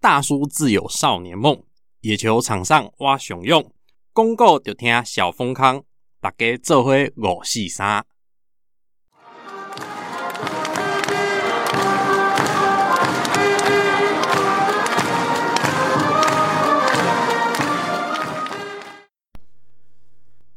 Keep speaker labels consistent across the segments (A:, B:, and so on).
A: 大叔自有少年梦，野球场上我上勇。广告就听小丰康，大家做伙五四三。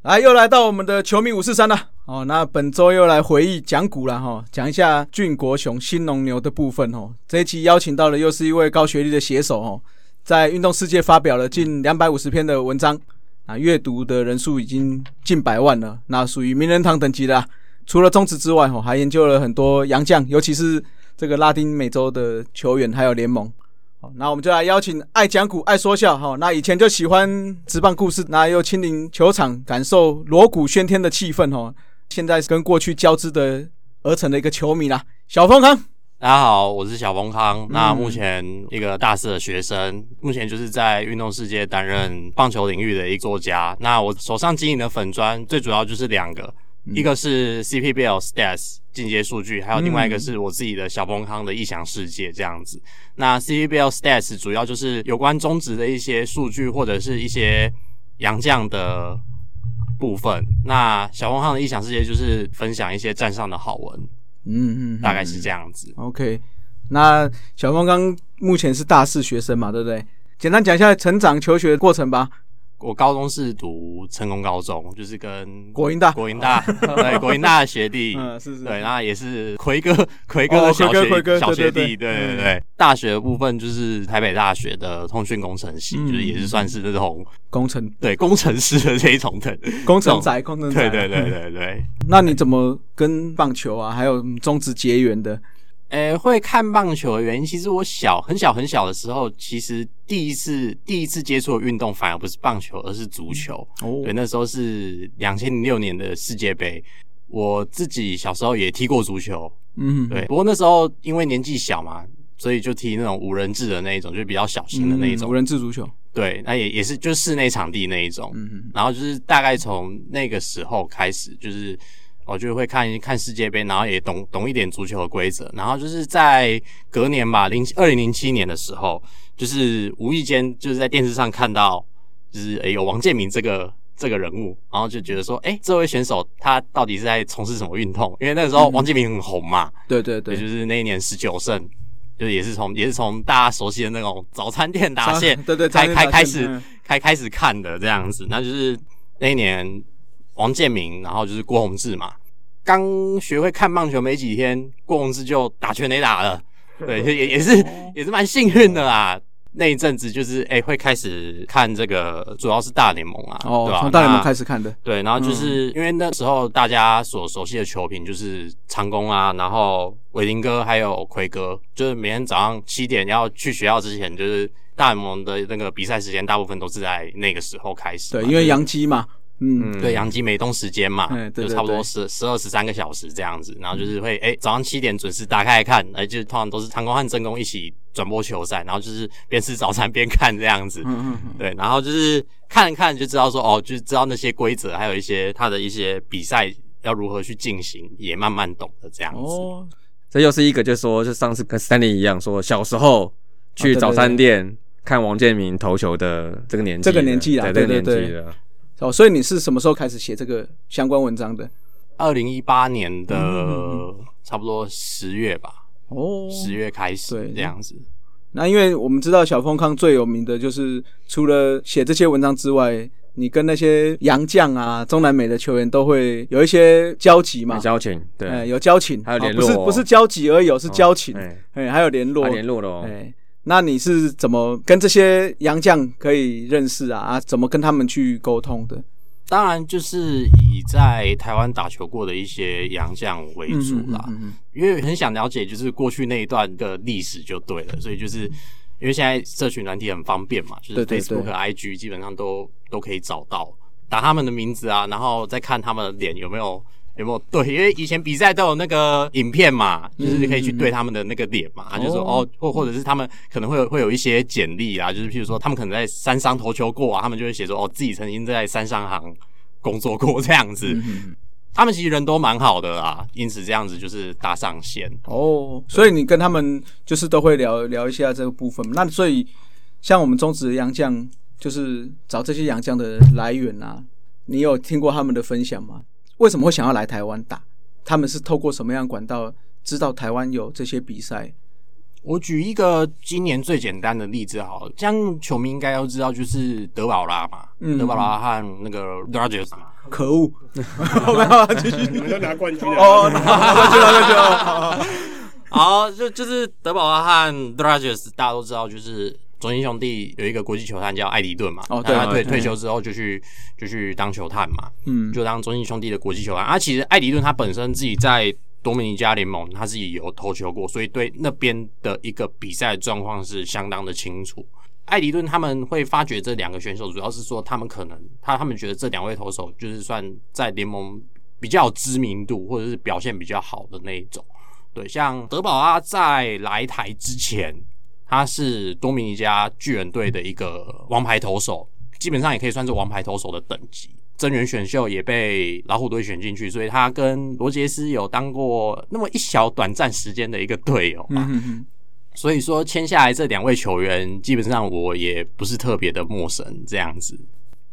B: 来，又来到我们的球迷五四三了。哦，那本周又来回忆讲股了哈，讲一下俊国雄、新农牛的部分哦。这一期邀请到的又是一位高学历的写手哦，在运动世界发表了近两百五十篇的文章，啊，阅读的人数已经近百万了，那属于名人堂等级的、啊。除了中职之外，哦，还研究了很多洋将，尤其是这个拉丁美洲的球员，还有联盟。好，那我们就来邀请爱讲股、爱说笑哈、哦。那以前就喜欢直棒故事，那又亲临球场，感受锣鼓喧天的气氛哦。现在跟过去交织的而成的一个球迷啦，小峰康。
A: 大家好，我是小峰康。那目前一个大四的学生，目前就是在运动世界担任棒球领域的一个作家。那我手上经营的粉砖最主要就是两个，一个是 CPBL Stats 进阶数据，还有另外一个是我自己的小峰康的异想世界这样子。那 CPBL Stats 主要就是有关中职的一些数据或者是一些洋将的部分。那小峰康的异想世界就是分享一些站上的好文，
B: 嗯嗯，嗯
A: 大概是这样子。
B: OK，那小峰刚目前是大四学生嘛，对不对？简单讲一下成长求学的过程吧。
A: 我高中是读成功高中，就是跟
B: 国营大
A: 国营 大对国营大的学弟，
B: 嗯，是是，
A: 对，那也是奎哥奎哥的
B: 哦
A: 小
B: 奎哥
A: 学、
B: 奎哥
A: 小
B: 对
A: 学
B: 对
A: 弟，对
B: 对
A: 对
B: 嗯
A: 对。大学的部分就是台北大学的通讯工程系，
B: 嗯
A: 就是也是算是这种
B: 工程
A: 对工程师的这一种的，
B: 工程宅，工 程
A: 对
B: 宅。
A: 哦对对
B: 嗯。
A: 对对。
B: 那你怎么跟棒球啊，还有中职结缘的？
A: 诶、呃会看棒球的原因，其实我小很小很小的时候，其实第一次第一次接触的运动反而不是棒球，而是足球。
B: 哦
A: 对，那时候是两千零六年的世界杯，我自己小时候也踢过足球，
B: 嗯，
A: 对，不过那时候因为年纪小嘛，所以就踢那种无人制的那一种，就比较小
B: 嗯，
A: 型的那一
B: 无
A: 种，
B: 人制足球。
A: 对，那也也是就室内场地那一种，
B: 嗯嗯，
A: 然后就是大概从那个时候开始，就是我就会看看世界杯，然后也懂懂一点足球的规则。然后就是在隔年吧，零二零零七年的时候，就是无意间就是在电视上看到，就是诶有王建民这个这个人物，然后就觉得说，诶这位选手他到底是在从事什么运动？因为那个时候王建民很红嘛，
B: 对对
A: 嗯对，
B: 对，
A: 就是那一年十九胜。就是也是从也是从大家熟悉的那种早餐店打线，
B: 对对，
A: 开
B: 杂志
A: 开
B: 打
A: 开
B: 线
A: 始
B: 嗯
A: 开开始看的这样子，那就是那一年王建民，然后就是郭宏志嘛，刚学会看棒球没几天，郭宏志就打全垒打了，对，也也也
B: 哦
A: 是也是蛮幸运的啦。那一阵子就是哎、会开始看这个，主要是大联盟啊，对
B: 哦，
A: 吧、
B: 从大联盟
A: 那
B: 开始看的。
A: 对，然后就是、因为那时候大家所熟悉的球评就是长工啊，然后伟林哥还有奎哥，就是每天早上七点要去学校之前，就是大联盟的那个比赛时间，大部分都是在那个时候开始嘛。
B: 对，因为
A: 就是
B: 洋基嘛，嗯，
A: 对洋基美东时间嘛，
B: 嗯对
A: 就
B: 对
A: 差不多
B: 对嗯
A: 十十二十三个小时这样子，然后就是会哎、早上七点准时打开来看，哎就是通常都是长工和真工一起转播球赛，然后就是边吃早餐边看这样子。
B: 嗯嗯嗯，
A: 对，然后就是看一看就知道说哦，就是知道那些规则，还有一些它的一些比赛要如何去进行，也慢慢懂的这样子。
B: 哦，
C: 这又是一个，就说就上次跟三林一样，说小时候去
B: 啊对
C: 早餐店看王建民投球的这个年纪了，
B: 这个年纪啦
C: 对这个
B: 对
C: 年
B: 对
C: 纪了。
B: 哦，所以你是什么时候开始写这个相关文章的？
A: 二零一八年的、
B: 嗯嗯
A: 差不多十月吧，
B: 哦，
A: 十、月开始
B: 对
A: 这样子。
B: 那因为我们知道小丰康最有名的就是除了写这些文章之外，你跟那些洋将啊、中南美的球员都会有一些交集嘛
C: 很，交情，对，
B: 哎，有交情，
C: 还有
B: 哦
C: 联
B: 不是
C: 络哦
B: 不是交集而已哦，是交情，
C: 哎
B: 哎，还有联络
C: 还，联络了哦。
B: 哎，那你是怎么跟这些洋将可以认识啊？啊，怎么跟他们去沟通的？
A: 当然，就是以在台湾打球过的一些洋将为主啦。
B: 嗯嗯嗯
A: 因为很想了解就是过去那一段的历史就对了，所以就是因为现在社群软体很方便嘛，就是
B: 对对对
A: Facebook、IG 基本上都都可以找到，打他们的名字啊，然后再看他们的脸有没有。有没有对？因为以前比赛都有那个影片嘛，就是可以去对他们的那个脸嘛，啊就说
B: 哦
A: 哦，或或者是他们可能会有会有一些简历啊，就是譬如说他们可能在山上投球过啊，他们就会写说哦，自己曾经在山上行工作过这样子。
B: 嗯嗯
A: 他们其实人都蛮好的啦，因此这样子就是搭上线。
B: 哦，所以你跟他们就是都会聊聊一下这个部分。那所以像我们中职的洋将，就是找这些洋将的来源啊，你有听过他们的分享吗？为什么会想要来台湾打？他们是透过什么样的管道知道台湾有这些比赛？
A: 我举一个今年最简单的例子好了，像球迷应该都知道，就是德保拉嘛，
B: 嗯
A: 德保拉和那个 Rogers 嘛，
B: 可恶！ 我们要继续
D: 你们都拿冠军
B: 哦，
D: 了，
B: 那就那就好
A: 好，就就是德保拉和 Rogers，大家都知道，就是中心兄弟有一个国际球探叫艾迪顿嘛，
B: 哦
A: 那他
B: 对
A: 退
B: 对
A: 退休之后就去就去当球探嘛，
B: 嗯，
A: 就当中信兄弟的国际球探。啊，其实艾迪顿他本身自己在多米尼加联盟，他自己有投球过，所以对那边的一个比赛状况是相当的清楚。艾迪顿他们会发掘这两个选手，主要是说他们可能他他们觉得这两位投手就是算在联盟比较有知名度或者是表现比较好的那一种。对，像德保拉在来台之前，他是多米尼加巨人队的一个王牌投手，基本上也可以算是王牌投手的等级。增援选秀也被老虎队选进去，所以他跟罗杰斯有当过那么一小短暂时间的一个队友
B: 嗯
A: 嘛。
B: 嗯嗯，
A: 所以说签下来这两位球员，基本上我也不是特别的陌生这样子。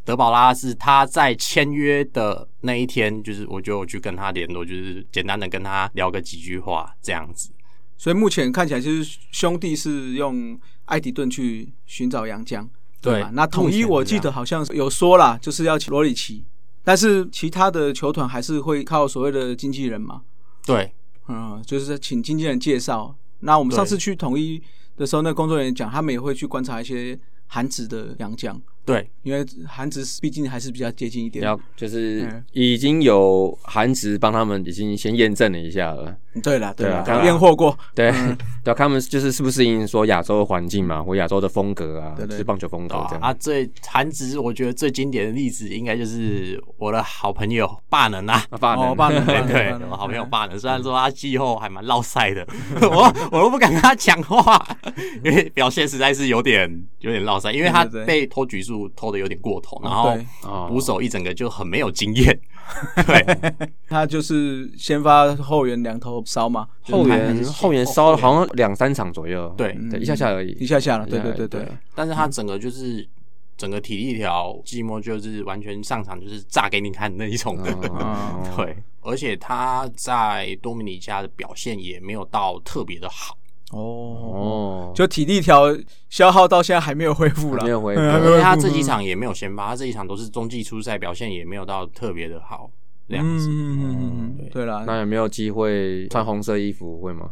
A: 德保拉是他在签约的那一天，就是我就去跟他联络，就是简单的跟他聊个几句话这样子。
B: 所以目前看起来就是兄弟是用艾迪顿去寻找洋将，啊
A: 对
B: 吧？那统一我记得好像有说啦，就是要请罗里奇，但是其他的球团还是会靠所谓的经纪人嘛，
A: 对，
B: 嗯，就是请经纪人介绍。那我们
A: 对
B: 上次去统一的时候，那工作人员讲，他们也会去观察一些韩职的洋将，
A: 对，
B: 因为韩职毕竟还是比较接近一点。
C: 要就是
B: 嗯
C: 已经有韩职帮他们已经先验证了一下了，
B: 对啦，对啦
C: 对啊，
B: 验货过，
C: 对，
B: 嗯
C: 对啊，他们就是适不适应说亚洲的环境嘛，或亚洲的风格啊，
B: 对对
C: 就是棒球风格这样。
A: 啊，最韩职我觉得最经典的例子应该就是我的好朋友霸能 啊。
C: 啊，爸
B: 哦，棒了，
A: 对
B: 棒了
A: 对
B: 棒，了
A: 我好朋友
B: 嗯
A: 霸能，虽然说他季后还蛮落塞的，我我都不敢跟他讲话，因为表现实在是有点有点落塞，因为他
B: 对对对
A: 被偷局数偷的有点过头，啊然
B: 哦
A: 后
B: 对
C: 哦
A: 捕手一整个就很没有经验，对，
B: 他就是先发后援两头烧嘛，
C: 后援
A: 就是
C: 后援烧了好像两三场左右，
A: 对
C: 对，一下下而已，
B: 一下下了，对
C: 一下
B: 对
C: 下
B: 对对，
A: 但是他
B: 嗯
A: 整个就是。整个体力条寂寞就是完全上场就是炸给你看那一种
B: 嗯
A: 的，
C: 哦
A: 对，而且他在多米尼加的表现也没有到特别的好，
B: 哦，
C: 哦，
B: 就体力条消耗到现在还没有恢复
C: 没
B: 了，
C: 有回
B: 嗯
C: 复
A: 因为他这几场也没有先发，他这几场都是中继出赛，表现也没有到特别的好，这样子。
B: 嗯，对啦，
C: 那有没有机会穿红色衣服会 吗？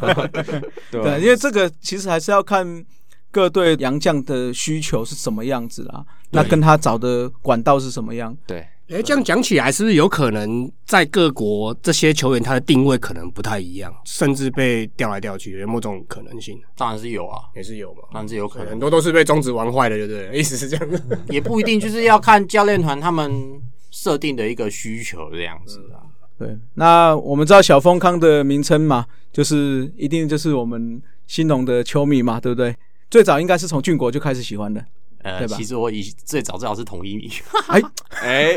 C: 啊对
B: 对，因为这个其实还是要看各队洋将的需求是什么样子啦，那跟他找的管道是什么样，
C: 对，
D: 哎，这样讲起来，是不是有可能在各国这些球员他的定位可能不太一样，甚至被调来调去，有某种可能性？
A: 当然是有啊，
D: 也是有嘛，
A: 当然是有可
D: 很
A: 能，
D: 多都是被中指玩坏的，对不 对？意思是这样。
A: 也不一定，就是要看教练团他们设定的一个需求这样子啊。
B: 对，那我们知道小丰康的名称嘛，就是一定就是我们兴农的球迷嘛，对不对？最早应该是从俊国就开始喜欢的，
A: 呃，
B: 嗯对吧
A: 其实我以最早最早是统一米，
B: 哎
C: 哎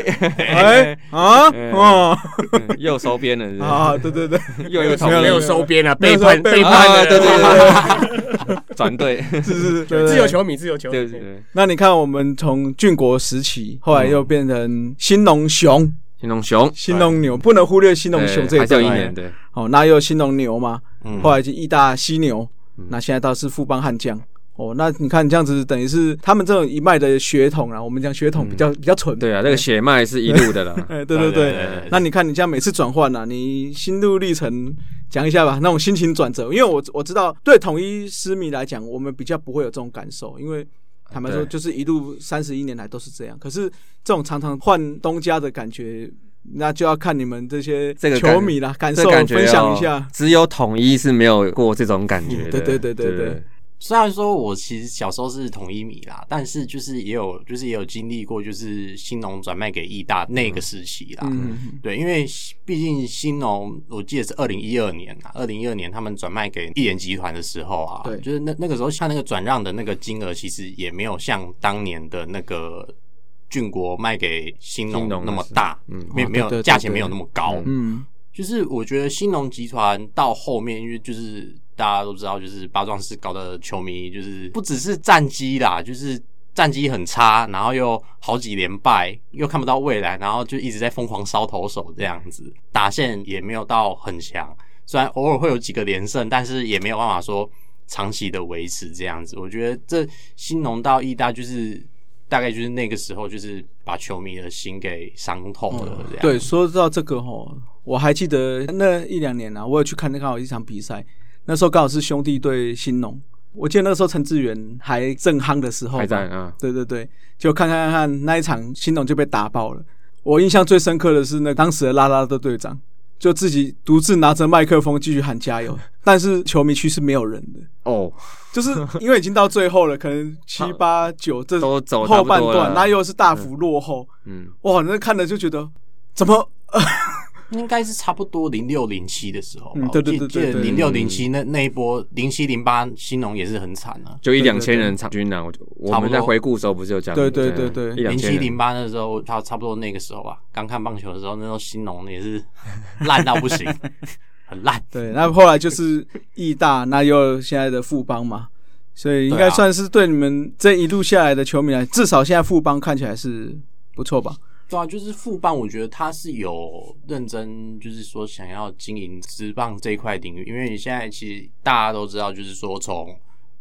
B: 哎啊哦
C: 又收编了是不是
B: 啊，对对对。
C: 又又
D: 没有
C: 又
D: 收编啊，
B: 没
D: 背
B: 有
D: 叛
B: 收背
D: 背
B: 叛
D: 叛
C: 啊，
D: 的，
C: 对对对对 对，转队，
B: 是是
D: 对自由。球迷，自由球迷
C: 对对。对，
B: 那你看，我们从郡国时期，后来又变成新农熊、
C: 新龙熊，
B: 新农牛，不能忽略新农
C: 对
B: 熊这一
C: 嗯哎还是有
B: 段
C: 一
B: 嘛
C: 年，。对，
B: 哦，那又新农牛嘛，
A: 嗯
B: 后来就义大犀牛，
C: 嗯
B: 那现在倒是富邦悍将。哦，那你看这样子，等于是他们这种一脉的血统啊啦。我们讲血统比较、比较纯。
C: 对啊，这个血脉是一路的啦。
B: 哎，对对对。那你看，你这样每次转换呢，你心路历程讲一下吧，那种心情转折，因为我我知道，对统一狮迷来讲，我们比较不会有这种感受，因为坦白说，
C: 啊对
B: 就是一路三十一年来都是这样。可是这种常常换东家的感觉，那就要看你们这些
C: 这个感
B: 球迷啦， 感
C: 这
B: 受
C: 感觉
B: 分享
C: 哦
B: 一下。
C: 只有统一是没有过这种感觉的。
B: 对对对对对
A: 虽然说我其实小时候是统一米啦，但是就是也有就是也有经历过就是新农转卖给义大那个时期啦。
B: 嗯，
A: 对，因为毕竟新农，我记得是二零一二年啊，二零一二年他们转卖给一联集团的时候啊，
B: 对
A: 就是那那个时候像那个转让的那个金额，其实也没有像当年的那个俊国卖给兴农
C: 兴农
A: 那么
C: 是
A: 大，
C: 嗯
A: 没
B: 哦
A: 没
B: 对对
A: 有
B: 对
A: 价钱
B: 对
A: 没有那么高，
C: 嗯
B: 嗯，
A: 就是我觉得兴农集团到后面，因为就是大家都知道，就是八壮士搞的球迷，就是不只是战绩啦，就是战绩很差，然后又好几连败，又看不到未来，然后就一直在疯狂烧投手这样子，打线也没有到很强，虽然偶尔会有几个连胜，但是也没有办法说长期的维持这样子。我觉得这兴农到义大就是。大概就是那个时候，就是把球迷的心给伤透了，这
C: 啊
A: 样、
B: 对，说到这个吼，我还记得那一两年啊，我有去看那刚好一场比赛，那时候刚好是兄弟对兴农，我记得那时候陈志远还正夯的时候，
C: 还在啊，
B: 对对对，就看看看那一场，新董就被打爆了。我印象最深刻的是那当时的拉拉队队长，就自己独自拿着麦克风继续喊加油， 但是球迷区是没有人的，
C: 哦，
B: 就是因为已经到最后了，可能七八九这
C: 都走差
B: 后
C: 不多
B: 半段，
C: 了
B: 那又是大幅落后，
C: 嗯，
B: 哇，那看了就觉得怎么
A: 应该是差不多零六零七的时候吧，
B: 嗯对对对对对
A: 零六零七那那一波零七零八，08兴农也是很惨啊。
C: 就一
B: 对对
C: 两千
B: 对
C: 人场均啊，我就我
A: 差不
C: 们在
A: 多
C: 回顾的时候不是有讲，啊
B: 对对对对
C: 一两
A: 零
C: 千
A: 七
C: 人
A: 零八那时候，差差不多那个时候吧，刚看棒球的时候，那时候兴农也是烂到不 行，很烂。
B: 对，那后来就是义大，那又现在的富邦嘛，所以应
A: 对
B: 该
A: 啊
B: 算是对你们这一路下来的球迷来，至少现在富邦看起来是不错吧？
A: 对啊，就是副棒，我觉得他是有认真，就是说想要经营职棒这一块领域，因为你现在其实大家都知道，就是说从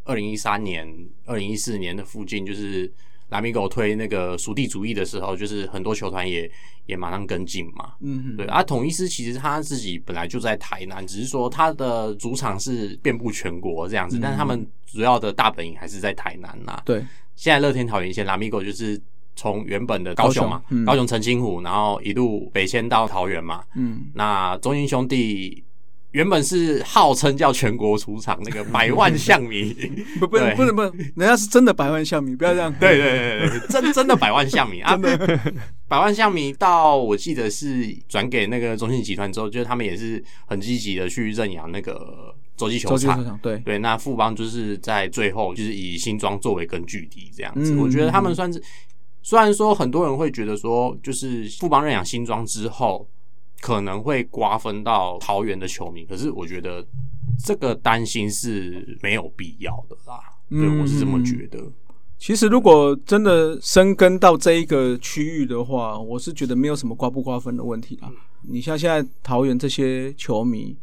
A: 二零一三年、二零一四年的附近，就是拉米狗推那个属地主义的时候，就是很多球团也也马上跟进嘛。
B: 嗯，
A: 对啊，统一师其实他自己本来就在台南，只是说他的主场是遍布全国这样子，但是他们主要的大本营还是在台南呐、
B: 对，
A: 现在乐天桃园线拉米狗就是从原本的高雄嘛，
B: 高雄嗯
A: 高雄澄清湖，然后一路北迁到桃园嘛。
B: 嗯，
A: 那中英兄弟原本是号称叫全国出场 那个百万象 迷，
B: 不不
A: 对
B: 不能不能，人家是真的百万校迷，不要这样。
A: 对对对对对，真真的百万象迷啊！百万象迷到我记得是转给那个中信集团之后，就是他们也是很积极的去认养那个洲际球
B: 周
A: 场
B: 球。场对，
A: 对，那富邦就是在最后就是以新庄作为根据地这样子。
B: 嗯
A: 我觉得他们算是，虽然说很多人会觉得说，就是富邦认养新庄之后可能会瓜分到桃园的球迷，可是我觉得这个担心是没有必要的啦。对，我是这
D: 嗯
A: 么觉得。
B: 其实如果真的深耕到这一个区域的话，我是觉得没有什么瓜不瓜分的问题
D: 嗯
B: 啦。你像现在桃园这些球迷，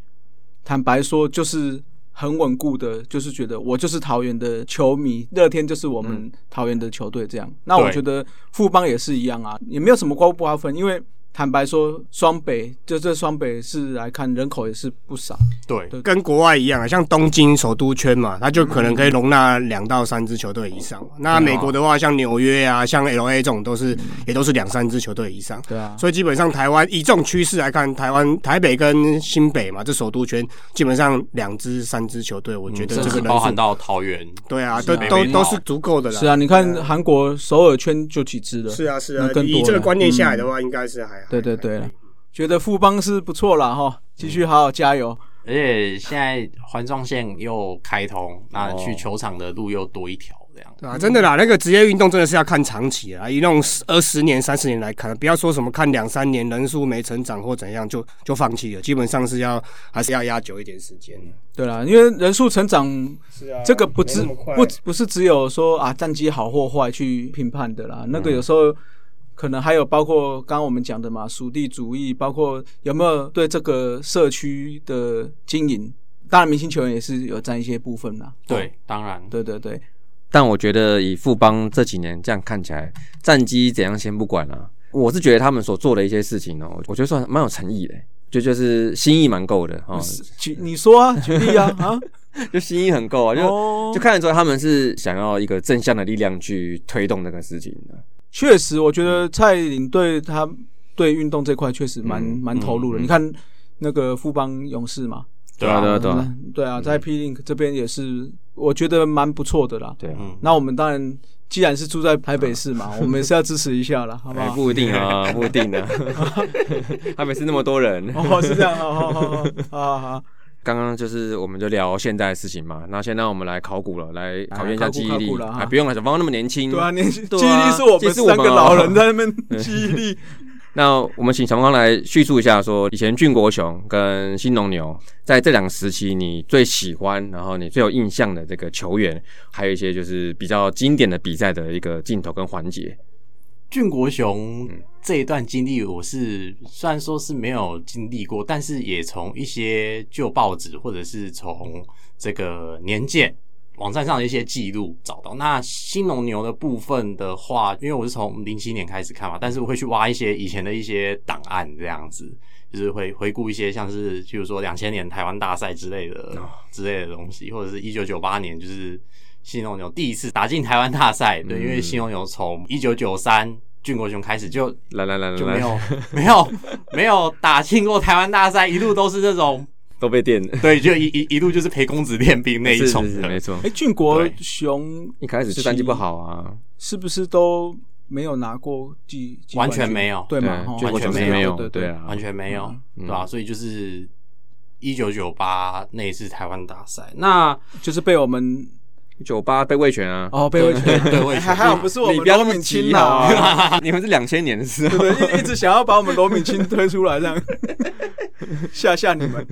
B: 坦白说就是很稳固的，就是觉得我就是桃园的球迷，乐天就是我
D: 嗯
B: 们桃园的球队这样。那我
A: 对
B: 觉得富邦也是一样啊，也没有什么瓜不瓜分，因为坦白说，双北就这双北是来看人口也是不少，
A: 对，
D: 跟国外一样啊，像东京首都圈嘛，它就可能可以容纳两到三支球队以上嘛。那美国的话，像纽约啊，像 L A 这种都是也都是两三支球队以上。
B: 对啊，
D: 所以基本上台湾以这种趋势来看，台湾台北跟新北嘛，这首都圈基本上两支、三支球队，我觉
B: 嗯
D: 得
A: 甚
D: 这个
A: 至
D: 人
A: 包含
D: 数
A: 到桃园，
D: 对啊，
B: 是啊
D: 都
A: 没
D: 都
A: 没
D: 都
A: 跑
D: 是足够的啦。
B: 是啊，你看韩国首尔圈就几支了，
D: 是啊，是
B: 那
D: 啊，
B: 更多
D: 以这个
B: 了
D: 观念下来
B: 嗯
D: 的话，应该是还
B: 对对
D: 还
B: 对了，觉得富邦是不错啦哈，继续好好加油。
A: 而且现在环状线又开通，那
C: 哦
A: 去球场的路又多一条，这样。
D: 对啊，真的啦，那个职业运动真的是要看长期啊，以那种二十年、三十年来看，不要说什么看两三年人数没成长或怎样就就放弃了，基本上是要还是要压久一点时间。
B: 对啦，因为人数成长
D: 是啊
B: 这个不只
D: 不
B: 不不是只有说啊战绩好或坏去评判的啦，那个有时候可能还有包括刚刚我们讲的嘛，属地主义，包括有没有对这个社区的经营，当然明星球员也是有占一些部分啦。
D: 哦
A: 对，当然，
B: 对对对，
C: 但我觉得以富邦这几年这样看起来，战绩怎样先不管啦、我是觉得他们所做的一些事情哦、我觉得算蛮有诚意的、就就是心意蛮够的 哦，
B: 举你说啊，举例啊啊，
C: 就心意很够啊，就、
B: 哦
C: 就看得出来他们是想要一个正向的力量去推动这个事情的。
B: 确实，我觉
C: 嗯
B: 得蔡领队他对运动这块确实蛮
C: 嗯
B: 蛮投入的。
C: 嗯
B: 你看那个富邦勇士嘛，
A: 对啊，
C: 对啊，对啊，
B: 嗯对啊，在 P Link 这边也是，我觉得蛮不错的啦。
C: 对啊，
A: 嗯，
B: 那我们当然，既然是住在台北市嘛，我们也是要支持一下啦，好不
C: 嗯哎，
B: 好？
C: 不一 定啊，不一定啊，他们是那么多人。
B: 哦，是这样，好好好好好好好。
C: 刚刚就是我们就聊现在的事情嘛，那现在我们来考古了，来
B: 来
C: 考验一下
B: 考古
C: 记忆
B: 考
C: 力
B: 古了啊
C: 哎不用了，小芳那么年轻。
B: 对啊，年轻记
C: 对
B: 忆
C: 啊
B: 力是我
C: 记忆
B: 们
C: 是我们
B: 三个
C: 啊
B: 老人在那 边记忆力。
C: 那我们请小芳来叙述一下，说以前俊国雄跟新农牛在这两个时期，你最喜欢，然后你最有印象的这个球员，还有一些就是比较经典的比赛的一个镜头跟环节。
A: 俊国雄这一段经历，我是虽然说是没有经历过，但是也从一些旧报纸或者是从这个年鉴网站上的一些记录找到。那新农牛的部分的话，因为我是从零七年开始看嘛，但是我会去挖一些以前的一些档案，这样子就是回回顾一些像是，譬如说两千年台湾大赛之类的之类的东西，或者是一九九八年就是新农牛第一次打进台湾大赛，对，
C: 嗯
A: 因为新农牛从一九九三俊国雄开始就
C: 来来来来
A: 就没
C: 来，
A: 有没有没有打进过台湾大赛，一路都是这种。
C: 都被电了。
A: 对，就一一一路就是陪公子练兵那一
C: 是
A: 种
C: 是是
A: 的
C: 没错。
B: 哎，俊国
A: 对
B: 雄
C: 一开始就战绩不好啊，
B: 是不是都没有拿过季？季
A: 完
B: 冠
A: 全
B: 军
A: 没有
B: 对
C: 对
B: 嘛？哦
C: 俊国
A: 完全
C: 雄
A: 没
C: 是没
A: 有
C: 有，
B: 对
C: 对
B: 对。
C: 啊，
A: 完全没有，
C: 嗯
A: 对吧、所以就是一九九八那一次台湾大赛，那
B: 就是被我们
C: 九八被魏权啊，
B: 哦被威 权，
A: 对魏权
B: 还还好不是我
C: 你
B: 们
C: 不要那
B: 罗
C: 么
B: 敏
C: 急
B: 清
C: 好
B: 啦，
C: 啊，你们是两千年的事
B: 对不 对？一一直想要把我们罗敏清推出来，这 样吓吓你们。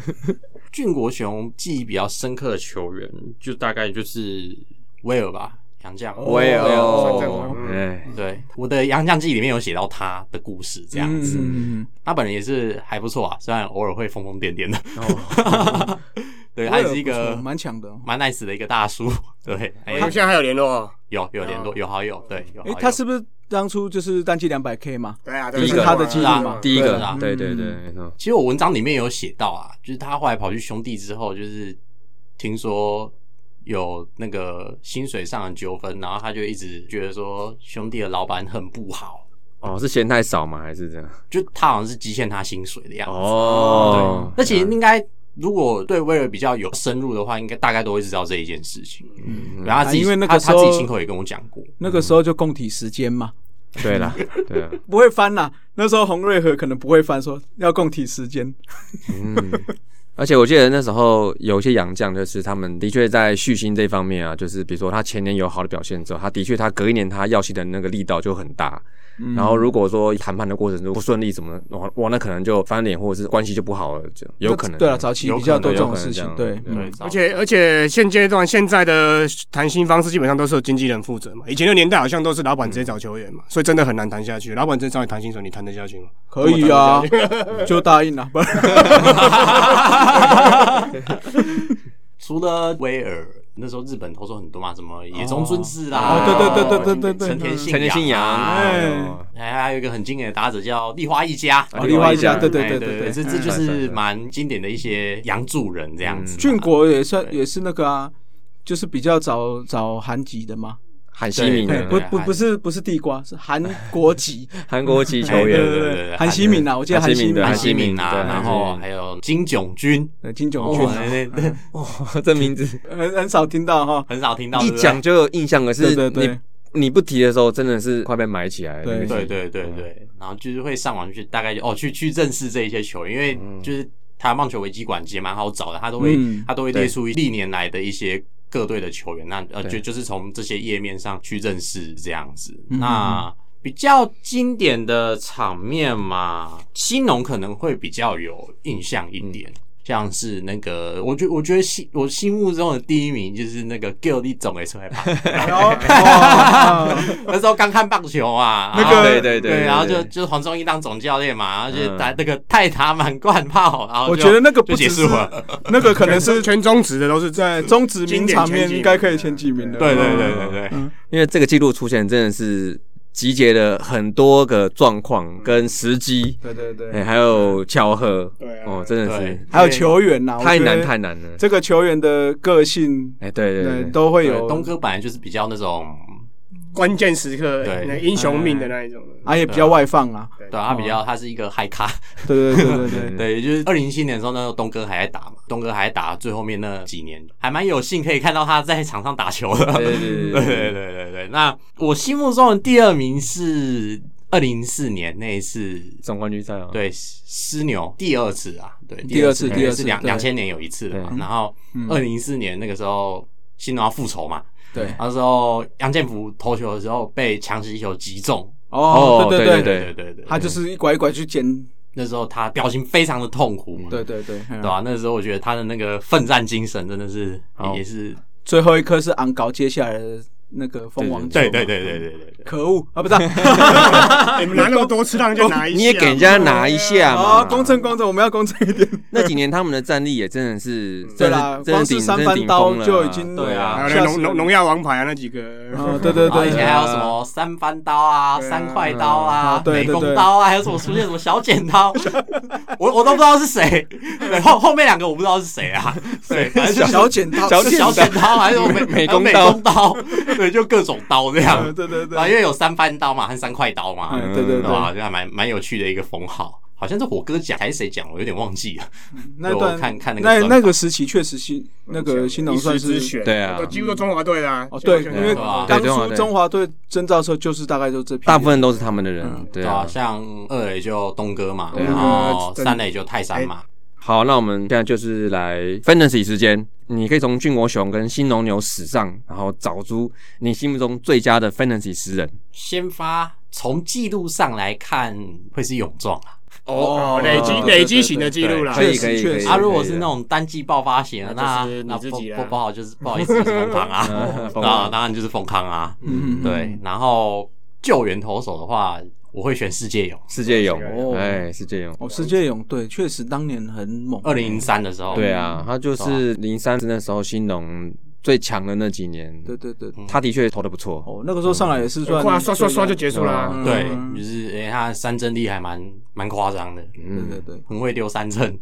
A: 俊国雄记忆比较深刻的球员，就大概就是威尔吧，杨绛。
B: 哦威尔
D: 哦反正我
C: 哎，
A: 对，我的杨绛记忆里面有写到他的故事，这样子。
B: 嗯，
A: 他本人也是还不错啊，虽然偶尔会疯疯癫癫的。
B: 哦
A: 对，他
B: 还
A: 也是一个
B: 蛮强的哦。
A: 蛮 nice 的一个大叔。对，哎
D: 他们现在还有联络哦？
A: 有有联络，有好友，对，有好
B: 哎
A: 友。，
B: 他是不嗯是当初就是单季两百 K 嘛？
D: 对啊，
C: 第一
D: 这
C: 个
D: 是我啊
B: 他的记忆嘛
C: 第一
A: 对
C: 个
A: 啦，
C: 对对
B: 嗯
C: 对，没错，
A: 其实我文章里面有写到啊，就是他后来跑去兄弟之后，就是听说有那个薪水上的纠纷，然后他就一直觉得说兄弟的老板很不好，
C: 哦，是嫌太少吗？还是这样？
A: 就他好像是积欠他薪水的样子。
C: 哦，
A: 那其实应该如果对威尔比较有深入的话，应该大概都会知道这一件事情。嗯，然后他自己、
B: 啊因为那个
A: 他
B: 时
A: 他
B: 候
A: 自己亲口也跟我讲过，
B: 那个时候就供体时间嘛，
C: 对啦，对啊，
B: 不会翻啦。那时候洪瑞和可能不会翻，说要供体时间。
C: 嗯。 而且我记得那时候有一些洋将，就是他们的确在续薪这方面啊，就是比如说他前年有好的表现之后，他的确他隔一年他要薪的那个力道就很大。然后如果说谈判的过程中不顺利什么的，哇哇，那可能就翻脸或者是关系就不好了，这样有可能。
B: 对了，啊早期比较多这种事
C: 有
B: 情，
C: 可能有可
B: 对
C: 能，这样
A: 对，
D: 而且而且现阶段现在的谈薪方式基本上都是由经纪人负责嘛，以前的年代好像都是老板直接找球员嘛，所以真的很难谈下去。老板直接找你谈薪水，你谈得下去吗？
B: 可以啊，就答应了。不然
A: 除了威尔，那时候日本投手很多嘛，什么野中尊志啦，
B: 哦对对对对对对
A: 成田信
C: 成年信仰，
A: 啊
B: 哎
C: 哦
A: 还还有一个很经典的打者叫立花一家，
C: 啊
B: 哦
C: 另
B: 另
C: 外
B: 外
C: 一
B: 一
C: 家
B: 家，对
A: 哎
B: 对对
A: 对
B: 对
A: 这
B: 对。
A: 这
C: 嗯
A: 就
C: 算
A: 是
C: 算
A: 蛮经典的一些洋助人这样子。
B: 俊国也 算
A: 对
B: 也是那个啊，就是比较早早韩籍的嘛，
C: 韩西敏
A: 对
B: 对，
C: 啊
B: 不
A: 对
B: 不
A: 韩
B: 不是不是地瓜，是韩国籍
C: 韩国籍球
A: 哎
C: 员，
A: 对对对
B: 韩西敏啊，我记得
C: 韩
B: 韩
C: 西
B: 西敏
C: 敏对
B: 啊
A: 韩西敏
C: 对
A: 啊，然
C: 韩西
A: 后
C: 敏
A: 还有金炯君，
B: 呃金炯
A: 哦
B: 俊，
A: 对对对
C: 哇，这名字
B: 很很少听到哈。
A: 很少听到，
C: 一
A: 对不对
C: 讲就有印象，可
B: 对
C: 是
B: 对
C: 你
B: 对，
C: 你不提的时候，真的是快被埋起来了。
B: 对
C: 那个
A: 对
C: 名字
A: 对对
B: 嗯
A: 对，然后就是会上网去大概就哦去去认识这一些球员，因为就是台湾棒球维基馆其实蛮好找的，他都会、
B: 嗯
A: 他都会
C: 对
A: 列出历年来的一些各队的球员，那呃
C: 对
A: 就就是从这些页面上去认识这样子。
B: 嗯
A: 那比较经典的场面嘛，新农可能会比较有印象一点。
B: 嗯
A: 像是那个，我觉我觉得心我心目中的第一名就是那个 Gill 李总诶出来吧，
B: 哎哦
A: 那时候刚看棒球啊，
B: 那
A: 然后
B: 个
C: 对对对对
A: 对，然后
C: 对
A: 就就是黄宗义当总教练嘛，然后就
C: 嗯
A: 打那个泰塔满贯炮，然后
B: 我
A: 就
B: 觉得那个
A: 就
B: 不
A: 结
B: 只
A: 束
B: 是
A: 了，
B: 那个，可能是
D: 全中职的都是
B: 在中职名场面应该可以前几名 的。哦
A: 对对对
C: 哦
A: 对对，
C: 因为这个记录出现，真的是集结了很多个状况跟时机，
B: 对对对
C: 哎，还有巧合，
D: 对啊
C: 哦，真的是
A: 对，
B: 还有球员呐，
C: 太
B: 我觉
C: 难
B: 得
C: 太难了。
B: 这个球员的个性，
C: 哎，对对
B: 对
C: 对，
B: 都会
A: 对
B: 有
A: 东哥本来就是比较那种，
D: 关键时刻
A: 对
D: 那英雄命的那一种。
B: 啊，也比较外放啊。
A: 对啊，他比较
C: 哦
A: 他是一个嗨咖，
B: 对对对对 对，
C: 嗯
A: 对，就是二零一七年的时候，那时候东哥还在打嘛，东哥还在打，最后面那几年还蛮有幸可以看到他在场上打球的，
C: 对对对
A: 对对对对对。那我心目中的第二名是。二零零四年那一次，
C: 总冠军赛啊，，
A: 对狮牛第二次啊，对，
B: 嗯第二次
A: 因
B: 第
A: 为
B: 二
A: 是
B: 次
A: 两
B: 对嗯
A: 两千年有一次的嘛
C: 对。
A: 然后二零零四年那个时候，新农要复仇嘛，
B: 对，
A: 那时候杨建福投球的时候被强袭球击中，
B: 哦，
C: 哦
B: 对对，
C: 对
A: 对对对，
B: 他就是一拐一拐去捡，
A: 那时候他表情非常的痛苦嘛，
B: 对对对，嗯
A: 对吧、那时候我觉得他的那个奋战精神真的是
C: 好
B: 哦
A: 也是，
B: 最后一颗是昂高接下来的那个蜂王球嘛，
A: 对对对对对对对。
B: 可恶啊，不是啊
D: 哎你们拿那么多次，让人家拿一下，
C: 你也给人家拿一下嘛，
B: 好，哦公正公正，我们要公正一点，
C: 那几年他们的战力也真的是，
B: 嗯对
C: 真
B: 啦
C: 的，真
B: 光
C: 的
B: 是
C: 顶
B: 三
C: 真的
B: 番
C: 顶
B: 刀
C: 峰了
B: 就已经
A: 对啊
D: 还
B: 吓
D: 有
B: 死人
D: 那农农农药王牌啊那几
B: 哦
D: 个，
B: 对对
A: 然后
B: 对，
A: 啊以前还有什么三番刀啊、
D: 对啊
A: 三块刀啊、
B: 对
A: 美
B: 对
A: 工刀啊，还有什么出现什么小剪刀， 我我都不知道是谁。对，后后面两个我不知道是谁啊，对，反正就是
B: 哎小剪刀，
C: 小
A: 是
C: 剪
A: 小剪刀啊还是什么美
C: 美
A: 还有
C: 工
A: 美
C: 刀
A: 工刀，对，就各种刀这样
B: 嗯。对对对
A: 啊，，因为有三番刀嘛和三块刀嘛，
B: 嗯对对
A: 对
B: 对，
A: 吧？就还蛮蛮有趣的一个封号，好像是火哥讲还是谁讲，我有点忘记了。
B: 那
A: 我
B: 段
A: 看看那个
B: 那
A: 专
B: 那个时期确实新那 个新农算
D: 一时之
B: 是
D: 选，
C: 对啊
D: 都几乎都中华队啊啦。
B: 哦对，
D: 全
B: 因为
D: 部都中华队
B: 当
C: 对中华
B: 初
C: 队
B: 中华队征召的时候就是大概就这批人，
C: 大部分都是他们的
B: 嗯
C: 人，对
A: 对
C: 啊
A: 啊，。像二垒就东哥嘛，
C: 对啊
A: 然后
D: 真
A: 三垒就泰山嘛，
C: 好，那我们现在就是来 fantasy 时间，你可以从俊国雄跟新农牛史上，然后找出你心目中最佳的 fantasy 诗人。
A: 先发从记录上来看会是勇壮啊。
D: 哦，累积
B: 对对对
D: 累积型的记录啦
C: 可。以
B: 确
C: 可
B: 实
C: 以
B: 确
C: 可以
B: 实
A: 啊，如果是那种单季爆发型的，
D: 那
A: 那
D: 就是
A: 那
D: 你自
A: 不
D: 己啦哦
A: 不不好，就是不好意思，就是冯康 啊
C: 嗯，冯康
A: 那当然就是冯康啊。
B: 嗯，嗯，
A: 对，然后救援投手的话，我会选世界勇。
C: 世界勇
B: 哦，
C: 哎，世界勇，
B: 哦，世界勇对，确实当年很猛，
A: 二零零三的时候，
C: 对啊，他就是零三那时候新农最强的那几年，
B: 对对对，
C: 他的确投的不错。
B: 哦，那个时候上来也是算
D: 哇，刷刷刷就结束啊
C: 嗯
D: 啦。
A: 对
B: 嗯，
A: 就是诶，他三振力还蛮蛮夸张的，
B: 对
C: 嗯
B: 对，对，
A: 很会丢三振。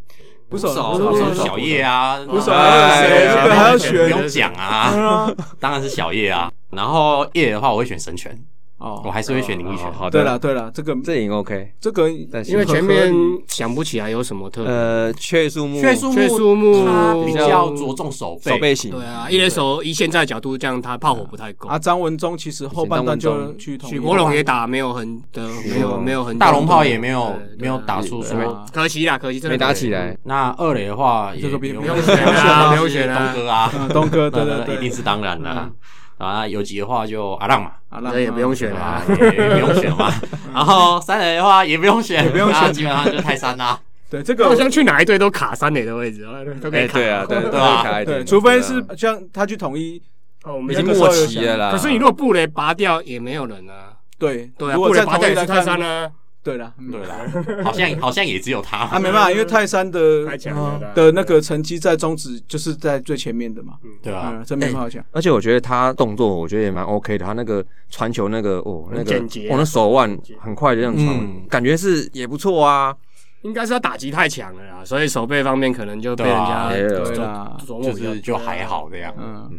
B: 不手
A: 少
B: 不手
A: 小叶啊，不
B: 手
D: 还有谁这个还要选
A: 不用讲
B: 哦
A: 啊，当然是小叶啊。然后叶的话，我会选神拳，我
B: 哦，
A: 还是会选林奕
C: 好
A: 泉。
C: 好的，
B: 对了，对了，这个
C: 这也 OK，
B: 这个
C: 但是
D: 因为前面想不起来有什么特别。
C: 呃，雀树木
A: 雀树
D: 雀树木
A: 他比较着重手背，
C: 手背型，
D: 对啊，一垒手以现在的角度，这样他炮火不太够。
B: 啊，张文忠其实后半段就去统一
D: 许国龙也打没有很的，没
C: 国
D: 有
C: 龙
D: 没有很
A: 大龙炮也没有
D: 对对啊
A: 没有打出什
C: 对
A: 么。
B: 啊
D: 可惜啦，可惜真的
C: 没打起来。
A: 那二垒的话，
B: 这
A: 也
B: 个不用
A: 不
B: 不用
A: 选
B: 选啊
A: 啊，
D: 不用选啊
A: 东哥啊，
B: 嗯东哥，对
A: 那
B: 对
A: 那
B: 对，
A: 一定是当然的。啊，有几的话就阿浪嘛，
B: 啊，
D: 这也不用选
A: 对
D: 啦
A: 吧？。也也不用选嘛。 然后三垒的话也不用选，不
B: 用选
A: 基本上就泰山啊啦。
B: 对这
D: 他
B: 个
D: 好像去哪一队都卡三垒的位置，都可以
C: 哎，
D: 卡。
C: 对啊，对
A: 对啊
C: 卡一点
B: 对，除非是像他去统一，
D: 哦，我们
C: 已
D: 这
C: 经
D: 个
B: 那
C: 末期了啦。
D: 可是你如果布雷拔掉，也没有人啊。
B: 对
D: 对啊，
B: 如
D: 布
B: 果
D: 雷
B: 在
D: 拔
B: 统
D: 掉
B: 一
D: 也
B: 来
D: 是泰山啊
B: 看，
D: 呢，
B: 对了，嗯
A: 对啦，嗯好像好像也只有他
B: 啊，
A: 嘛。
B: 没办法，因为泰山
D: 太
B: 的嗯
D: 强了啦
B: 的那个成绩在中职就是在最前面的嘛，
A: 对啊，
B: 嗯，真没办法讲，
C: 而且我觉得他动作，我觉得也蛮 OK 的。他那个传球那个哦，那个
D: 简洁
C: 我那手腕很快就这样传
A: 嗯，
C: 感觉是也不错啊。
D: 应该是他打击太强了啦，所以手背方面可能就被人家
C: 对啊
D: 琢
B: 对啦，
D: 琢磨
A: 就
D: 比较
A: 是就还好这样。
B: 嗯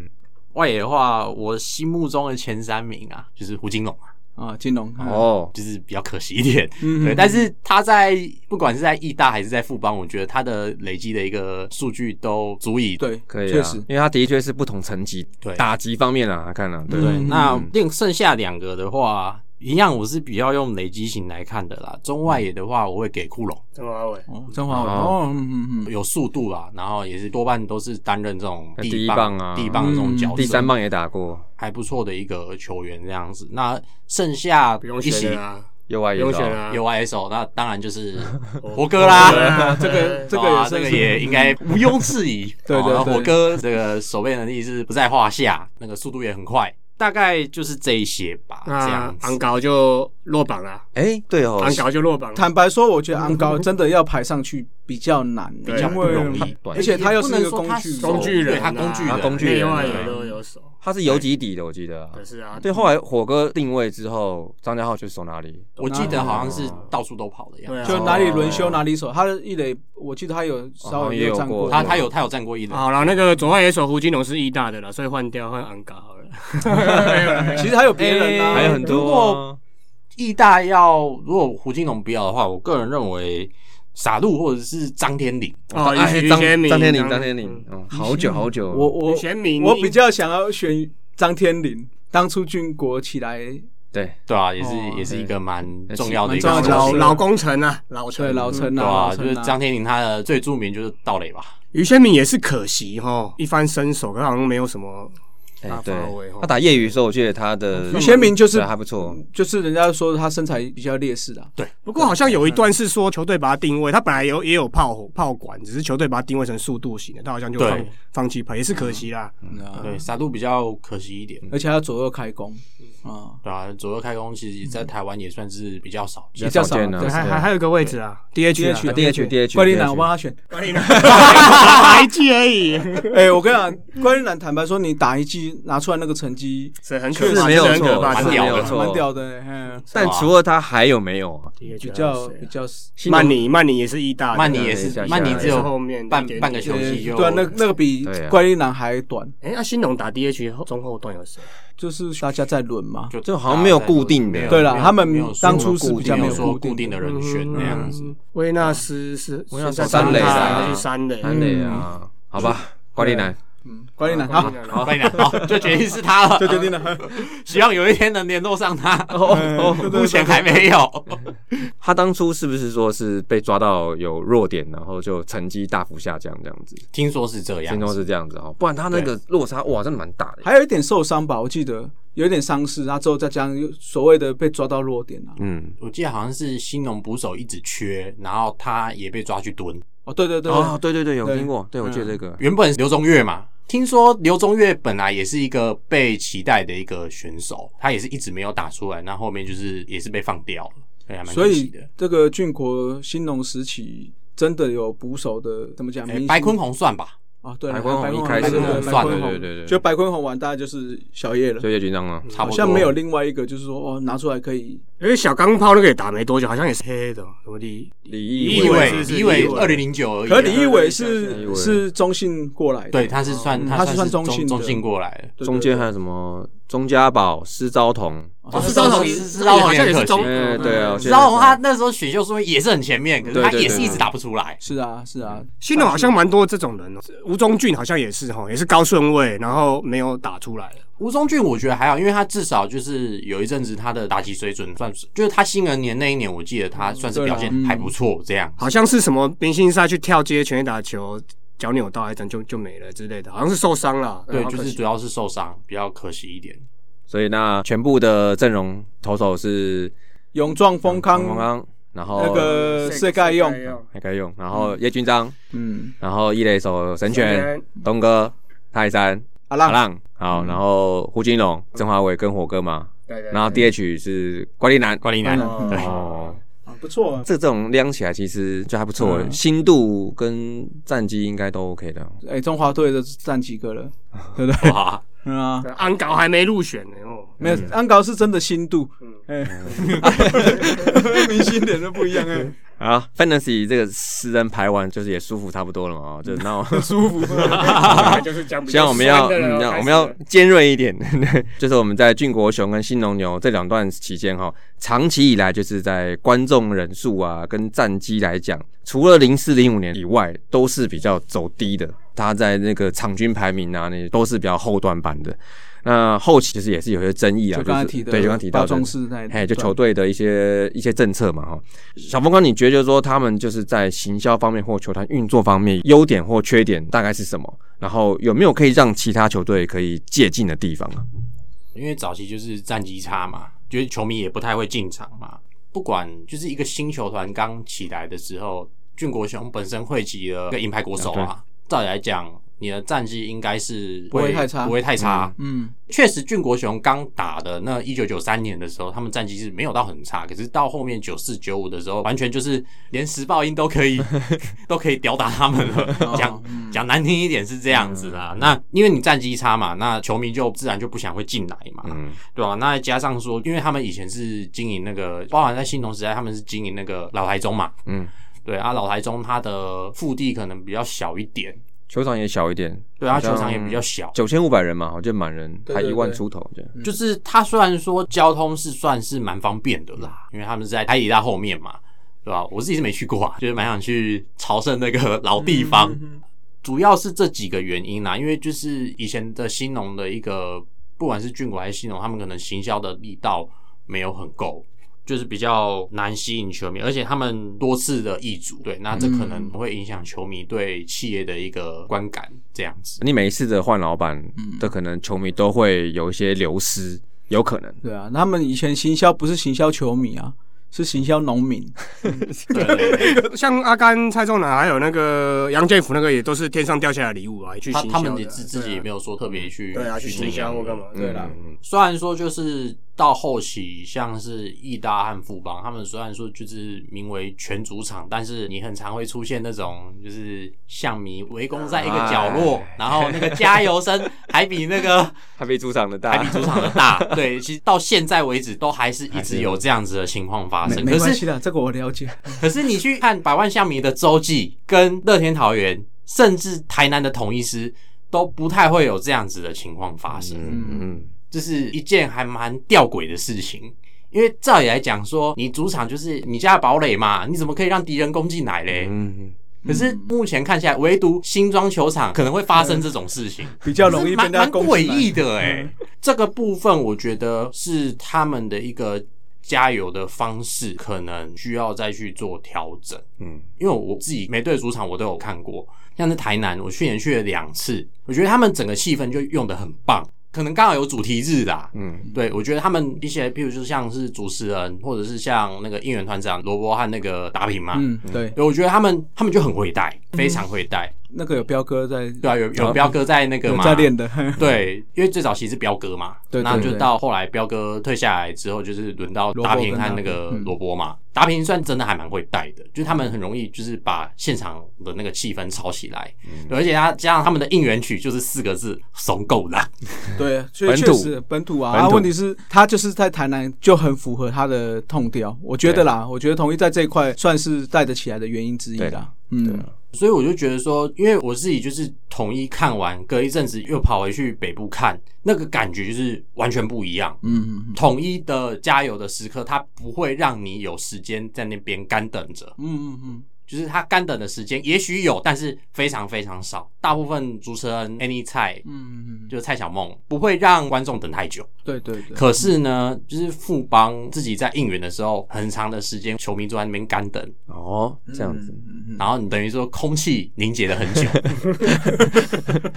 A: 外野的话，我心目中的前三名啊，就是胡金龙啊，
B: 啊，金龙，嗯，
C: 哦，
A: 就是比较可惜一点。
B: 嗯
A: 对，但是他在不管是在义大还是在富邦，我觉得他的累积的一个数据都足以
B: 对，
C: 可以啊，
B: 确实，
C: 因为他的确是不同层级
A: 对
C: 打击方面啊，看了对
A: 对，
B: 嗯
A: 那另剩下两个的话，一样我是比较用累积型来看的啦。中外野的话，我会给库龙，
D: 郑华伟，
B: 哦，真华，
C: 哦
B: 哦，嗯嗯嗯，
A: 有速度啦，然后也是多半都是担任这种
C: 呃
A: 地
C: 第一棒啊
A: 地棒这种角色，
C: 第三棒也打过，
A: 还不错的一个球员这样子。那剩下
D: 不用
A: 一起
D: 选了啊，
C: 右外
D: 不
C: 野
D: 用
C: 手
D: 选了啊，
A: 有 ISO，那当然就是
D: 火
A: 火哥啦。
D: 啊
B: 这个这
A: 对
B: 个
A: 啊这
B: 也算
A: 个
B: 是
A: 也应该毋庸置疑。
B: 对对
A: 哦
B: 对
A: 火哥这个守备能力是不在话下，那个速度也很快，大概就是这一些吧。
B: 啊
A: 这
D: 啊那
A: 样子
D: 昂高就落榜了，
C: 哎，对哦，
D: 昂高就落榜了。啊
B: 坦白说，我觉得安高真的要排上去比较难，
D: 对
B: 因
A: 较
B: 为
A: 不容易，
C: 短
B: 而且他又是一
A: 也
B: 个
A: 不能说
B: 工
A: 他
B: 具
A: 是
D: 工具人啊，
A: 对他工具人
C: 他工具人
D: 内外
C: 对
D: 也都有手，
C: 他是游击底的，我记得啊。
D: 可是啊，
C: 对，后来火哥定位之后，张家浩去守哪里？
A: 我记得好像是到处都跑的样
D: 对
A: 子。
D: 啊，
B: 就哪里轮休
C: 哦
B: 哪里守。他的一垒，我记得他有稍
C: 好像
B: 微
C: 也有
B: 站
C: 过
A: 他
C: 对
A: 他有他有站过一
B: 啊
A: 轮，
D: 好了，那个左外野手胡金龙是义大的了，所以换掉换昂嘎好了。
B: 其实还有别人啊，
A: 哎
C: 还有很
A: 如
C: 多
A: 果
C: 啊
A: 义大要如果胡金龙不要的话，我个人认为傻路或者是张天林，
D: 哦，
C: 哎
D: 于
C: 张
D: 贤明，
C: 张天林，张天林，，嗯，好久好久，
B: 我我
D: 于贤明，
B: 我比较想要选张天林，当初俊国起来
C: 对，
A: 对啊，也是、
B: 哦
A: 也是一个蛮
C: 对
A: 重要的一个
B: 蛮重要
A: 消
D: 老
A: 息
B: 的
D: 老工程啊，老
B: 对
D: 城
B: 老陈
A: 对
B: 啊，
A: 啊，
B: 老
A: 就
B: 陈
A: 是
B: 啊
A: 张天林他的最著名就是盗垒吧，
D: 于先敏也是可惜哈，一番身手，可好像没有什么
C: 哎
D: 大
C: 对
D: 发挥哦，
C: 他打业余的时候，我记得他的嗯
B: 于先明就是
C: 对还不错，
B: 就是人家说他身材比较劣势啊，
D: 不过好像有一段是说球队把他定位，他本来有也有炮火炮管，只是球队把他定位成速度型的，他好像就
A: 对嗯
D: 放放弃拍，也是可惜啦。
B: 嗯啊
A: 对，杀度比较可惜一点，
B: 而且他左右开弓啊，
A: 对啊，左右开弓其实在台湾也算是比较少见，
B: 比较少
C: 见啊
B: 对
D: 对，
C: 是
D: 还还还有一个位置啊，DH 啊
B: DH
C: 啊 DH DH
B: 怪力男我帮他选。
D: 打一季而已，
B: 哎，我跟你讲，怪力男坦白说，你打一季拿出来那个成绩
D: 是很可
C: 是
D: 怕，
C: 没有
D: 真的很可
C: 错
D: 怕，
A: 蛮
D: 是
A: 屌的
D: 没有
B: 蛮屌的，哎，
C: 但除了他还有没有啊？
D: DH
B: 比
D: 还
B: 较
D: 有谁啊
B: 比较
D: 曼尼曼尼也是意大利的，
A: 曼尼也
C: 对
A: 是
C: 下，
A: 曼尼
C: 下
A: 只
D: 也是
A: 有
D: 后面
A: 半
D: 一点点
A: 半个休息就
B: 对啊，那那个比
C: 对啊
B: 怪力男还短，
D: 哎，那新农打 DH 中后段有谁？
B: 就是大家在轮嘛。
A: 就
C: 这好像没有固定的
A: 没有
B: 对啦
A: 没有
B: 他们
A: 没有说
B: 当初是比较
A: 没
B: 没有
A: 有说
B: 固定
A: 固定的人选那样子，
D: 嗯。维纳斯是
C: 维纳斯
D: 现在
C: 三垒
D: 他
C: 啊
D: 去三垒，嗯
C: 安磊啊，好吧，瓜地男，
B: 嗯，怪力男好，
A: 好，快点，好，就决定是他了，
B: 就决定了。
A: 希望有一天能联络上他，嗯
C: 哦
A: 目前还没有。
C: 他当初是不是说是被抓到有弱点，然后就成绩大幅下降这样子？
A: 听说是这样
C: 听，说是这样子哦，不然他那个落差哇，真的蛮大的。
B: 还有一点受伤吧，我记得有一点伤势，然后之后再加上又所谓的被抓到弱点啊。
C: 嗯，
A: 我记得好像是新农捕手一直缺，然后他也被抓去蹲。
B: 哦，对对对，
C: 哦，
B: 对
C: 对对对，有
B: 对
C: 听过，对我记得这个，
A: 原本刘宗岳嘛，听说刘宗岳本来也是一个被期待的一个选手，他也是一直没有打出来，那后面就是也是被放掉了，对，还蛮
B: 所
A: 可惜
B: 以
A: 的。
B: 这个俊国兴农时期真的有捕手的，怎么讲？
A: 哎
B: 明星
A: 白坤宏算吧，
B: 啊，对，
C: 白坤宏
B: 白
C: 一开
A: 始
B: 对对对
A: 算了
B: 白坤宏
C: 对对对
B: 就白坤宏完，大概就是小叶了
C: 就。叶军章啊，
A: 差
B: 好
A: 不多。
B: 像没有另外一个，就是说哦，拿出来可以
D: 因为小钢炮那个也打没多久，好像也是黑的，什么的。
C: 李
A: 李
C: 毅
A: 义
D: 伟
A: 伟，
D: 是是
A: 李义伟
D: 李义伟
A: 二零零九
C: 啊
A: 而已。啊
B: 可李义伟
D: 对
C: 李义
B: 是
C: 伟
B: 是中信过来的，
A: 对，他是算
B: 嗯
A: 他
B: 他是
A: 算
B: 算中
A: 中
B: 信的
A: 中信过来的。
B: 对
C: 中间还有啊什么钟家宝、施昭彤，
B: 哦
D: 是
B: 是
D: 张
B: 张
D: 总，
B: 总
A: 是张总
D: 好像也
A: 也
D: 是
A: 很
D: 中嗯
A: 可惜
C: 哎，对啊，我记得
A: 然后他那时候选秀说也是很前面，可是他
C: 对对对
A: 也是一直打不出来。
B: 是啊是啊，
D: 新农好像蛮多这种人哦，吴宗俊好像也是哈，也是高顺位，然后没有打出来。
A: 吴宗俊我觉得还好，因为他至少就是有一阵子他的打击水准算是，就是他新人年那一年，我记得他算是表现
B: 对啦嗯
A: 还不错，这样。
D: 好像是什么明星赛去跳街全垒打球，脚扭到还等就就没了之类的，好像是受伤了。
A: 对
D: 嗯，好
A: 就
D: 可
A: 是
D: 惜
A: 主要是受伤，比较可惜一点。
C: 所以那全部的阵容投手是
B: 勇壮丰
C: 王
B: 康
C: 王刚，然后
B: 那个世盖用，
C: 还可以用，然后叶军章，
B: 嗯，
C: 然后一垒手神拳、东哥、泰山、
B: 阿
C: 阿
B: 浪
C: 浪，好，然后胡金龙、曾华伟跟火哥嘛，
D: 对对
C: 然后 DH 是关立南，
A: 管理男，
B: 嗯
A: 对，
C: 哦，
B: 啊不错啊，
C: 这这种量起来其实就还不错，
B: 嗯
C: 心度跟战绩应该都 OK 的。
B: 哎，中华队的占几个了，对不对？
A: 哇，
B: 嗯啊，
D: 安高还没入选呢哦。
B: 没有安高是真的新度，哎，明星脸都不一样哎，
C: 啊，Fantasy 这个私人排完就是也舒服差不多了嘛，哦就那我
B: 舒服，
D: 就是讲比
C: 希
D: 较
C: 望我们要，
D: 酸的了
C: 嗯，要
D: 开
C: 我
D: 始
C: 们要尖锐一点， 就是我们在俊国雄跟新农牛这两段期间哈，长期以来就是在观众人数啊跟战绩来讲，除了零四零五年以外，都是比较走低的，它在那个场均排名啊，那些都是比较后段版的。那后期其实也是有些争议啊，
B: 就
C: 就
B: 刚才
C: 是
B: 提的，
C: 对，就刚才提到
B: 包
C: 的
B: 装，式那一段，
C: 嘿，就球队的一些一些政策嘛，哈。小峰哥，你觉得说他们就是在行销方面或球团运作方面优点或缺点大概是什么？然后有没有可以让其他球队可以借鉴的地方啊？
A: 因为早期就是战绩差嘛，就是球迷也不太会进场嘛。不管就是一个新球团刚起来的时候，俊国雄本身汇集了一个银牌国手啊，照理来讲，你的战绩应该是
B: 不会太差
A: 不会太差。
B: 嗯，
A: 确实，俊国雄刚打的那一九九三年的时候，他们战绩是没有到很差，可是到后面九四九五的时候，完全就是连时报音都可以都可以吊打他们了。讲讲难听一点是这样子啦。那因为你战绩差嘛，那球迷就自然就不想会进来嘛。
C: 嗯，
A: 对啊，那再加上说，因为他们以前是经营那个，包含在新农时代，他们是经营那个老台中嘛。
C: 嗯，
A: 对啊，老台中它的腹地可能比较小一点，
C: 球场也小一点，
A: 对啊，球场也比较小。
C: 九千五百人嘛，我觉得满人
B: 对
C: 还
B: 对
C: 一万
B: 对
C: 出头，这样
A: 就是它虽然说交通是算是蛮方便的啦，因为他们是在台底大后面嘛，对吧、我自己是没去过啊， 就是蛮想去朝圣那个老地方。
B: 嗯
A: 主要是这几个原因啊啦，因为就是以前的新农的一个，不管是俊国还是新农，他们可能行销的力道没有很够。就是比较难吸引球迷，而且他们多次的易主，对，那这可能会影响球迷对企业的一个观感，这样 子。
C: 你每一次的换老板的可能球迷都会有一些流失，有可能。
B: 对啊，他们以前行销不是行销球迷啊，是行销农民。
A: 对对对
D: 像阿甘、蔡仲南还有那个杨建福那个也都是天上掉下来的礼物啊，去
A: 他
D: 行销
A: 他
D: 的啊
A: 们也自自己也没有说特别去
D: 对啊去行
A: 怎
D: 销
A: 样
D: 或干嘛？对啦，
C: 嗯，嗯
A: 虽然说就是到后期，像是义大和富邦，他们虽然说就是名为全主场，但是你很常会出现那种就是象迷围攻在一个角落，
D: 哎
A: 然后那个加油声还比那 个
C: 还比主场的
A: 还
C: 大
A: 比。主场的大。对，其实到现在为止都还是一直有这样子的情况
C: 啊
A: 发
B: 没
A: 生。
B: 没
A: 可
B: 关
A: 是
B: 系的，这个我了解。
A: 可是你去看百万象迷的周记，跟乐天桃园，甚至台南的统一师，都不太会有这样子的情况发生。
C: 嗯嗯，
A: 这是一件还蛮吊诡的事情。因为照理来讲说，你主场就是你家的堡垒嘛，你怎么可以让敌人攻进来嘞？
C: 嗯，
A: 可是目前看起来，唯独新庄球场可能会发生这种事情，
B: 比较容
A: 是
B: 易被
A: 蛮
B: 大家
A: 蛮
B: 攻嗯
A: 诡
B: 进来
A: 异的哎、这个部分我觉得是他们的一个加油的方式，可能需要再去做调整。
C: 嗯，
A: 因为我自己每队的主场我都有看过，像是台南，我去年去了两次，我觉得他们整个气氛就用的很棒，可能刚好有主题日啦，
C: 嗯
A: 嗯，对，我觉得他们一些，譬如就像是主持人，或者是像那个应援团长罗伯和那个达平嘛，
B: 嗯，对，
A: 对，我觉得他们他们就很会带，非常会带，
B: 那个有彪哥在
A: 对啊，有有彪哥在那个
B: 有
A: 嘛，
B: 在 练的，
A: 对，因为最早期是彪哥嘛，
B: 对对
A: 那就
B: 对
A: 到后来彪哥退下来之后，就是轮到
B: 罗伯
A: 达平
B: 跟
A: 和
B: 达
A: 那个
B: 平嗯
A: 罗伯嘛。达平算真的还蛮会带的，就是他们很容易就是把现场的那个气氛炒起来，
B: 嗯
A: 对，而且他加上他们的应援曲就是四个字“怂够啦
B: 对，所以
C: 本
B: 确
C: 土
B: 实本土啊，
C: 本
B: 啊
C: 土
B: 问题是他就是在台南就很符合他的痛调，我觉得啦，我觉得统一在这一块算是带得起来的原因之一
C: 对啊
B: 啦。嗯，”，
A: 所以我就觉得说，因为我自己就是统一看完，隔一阵子又跑回去北部看，那个感觉就是完全不一样。
B: 嗯嗯嗯
A: 统一的加油的时刻，它不会让你有时间在那边干等着。
B: 嗯嗯嗯，
A: 就是他干等的时间也许有，但是非常非常少。大部分主持人 Any 蔡
B: 嗯嗯嗯，
A: 就是蔡小梦不会让观众等太久。
B: 对对对，嗯
A: 可是呢，就是富邦自己在应援的时候，很长的时间球迷坐在那边干等，
C: 哦，这样子，
B: 嗯，嗯嗯
A: 然后你等于说空气凝结了很久。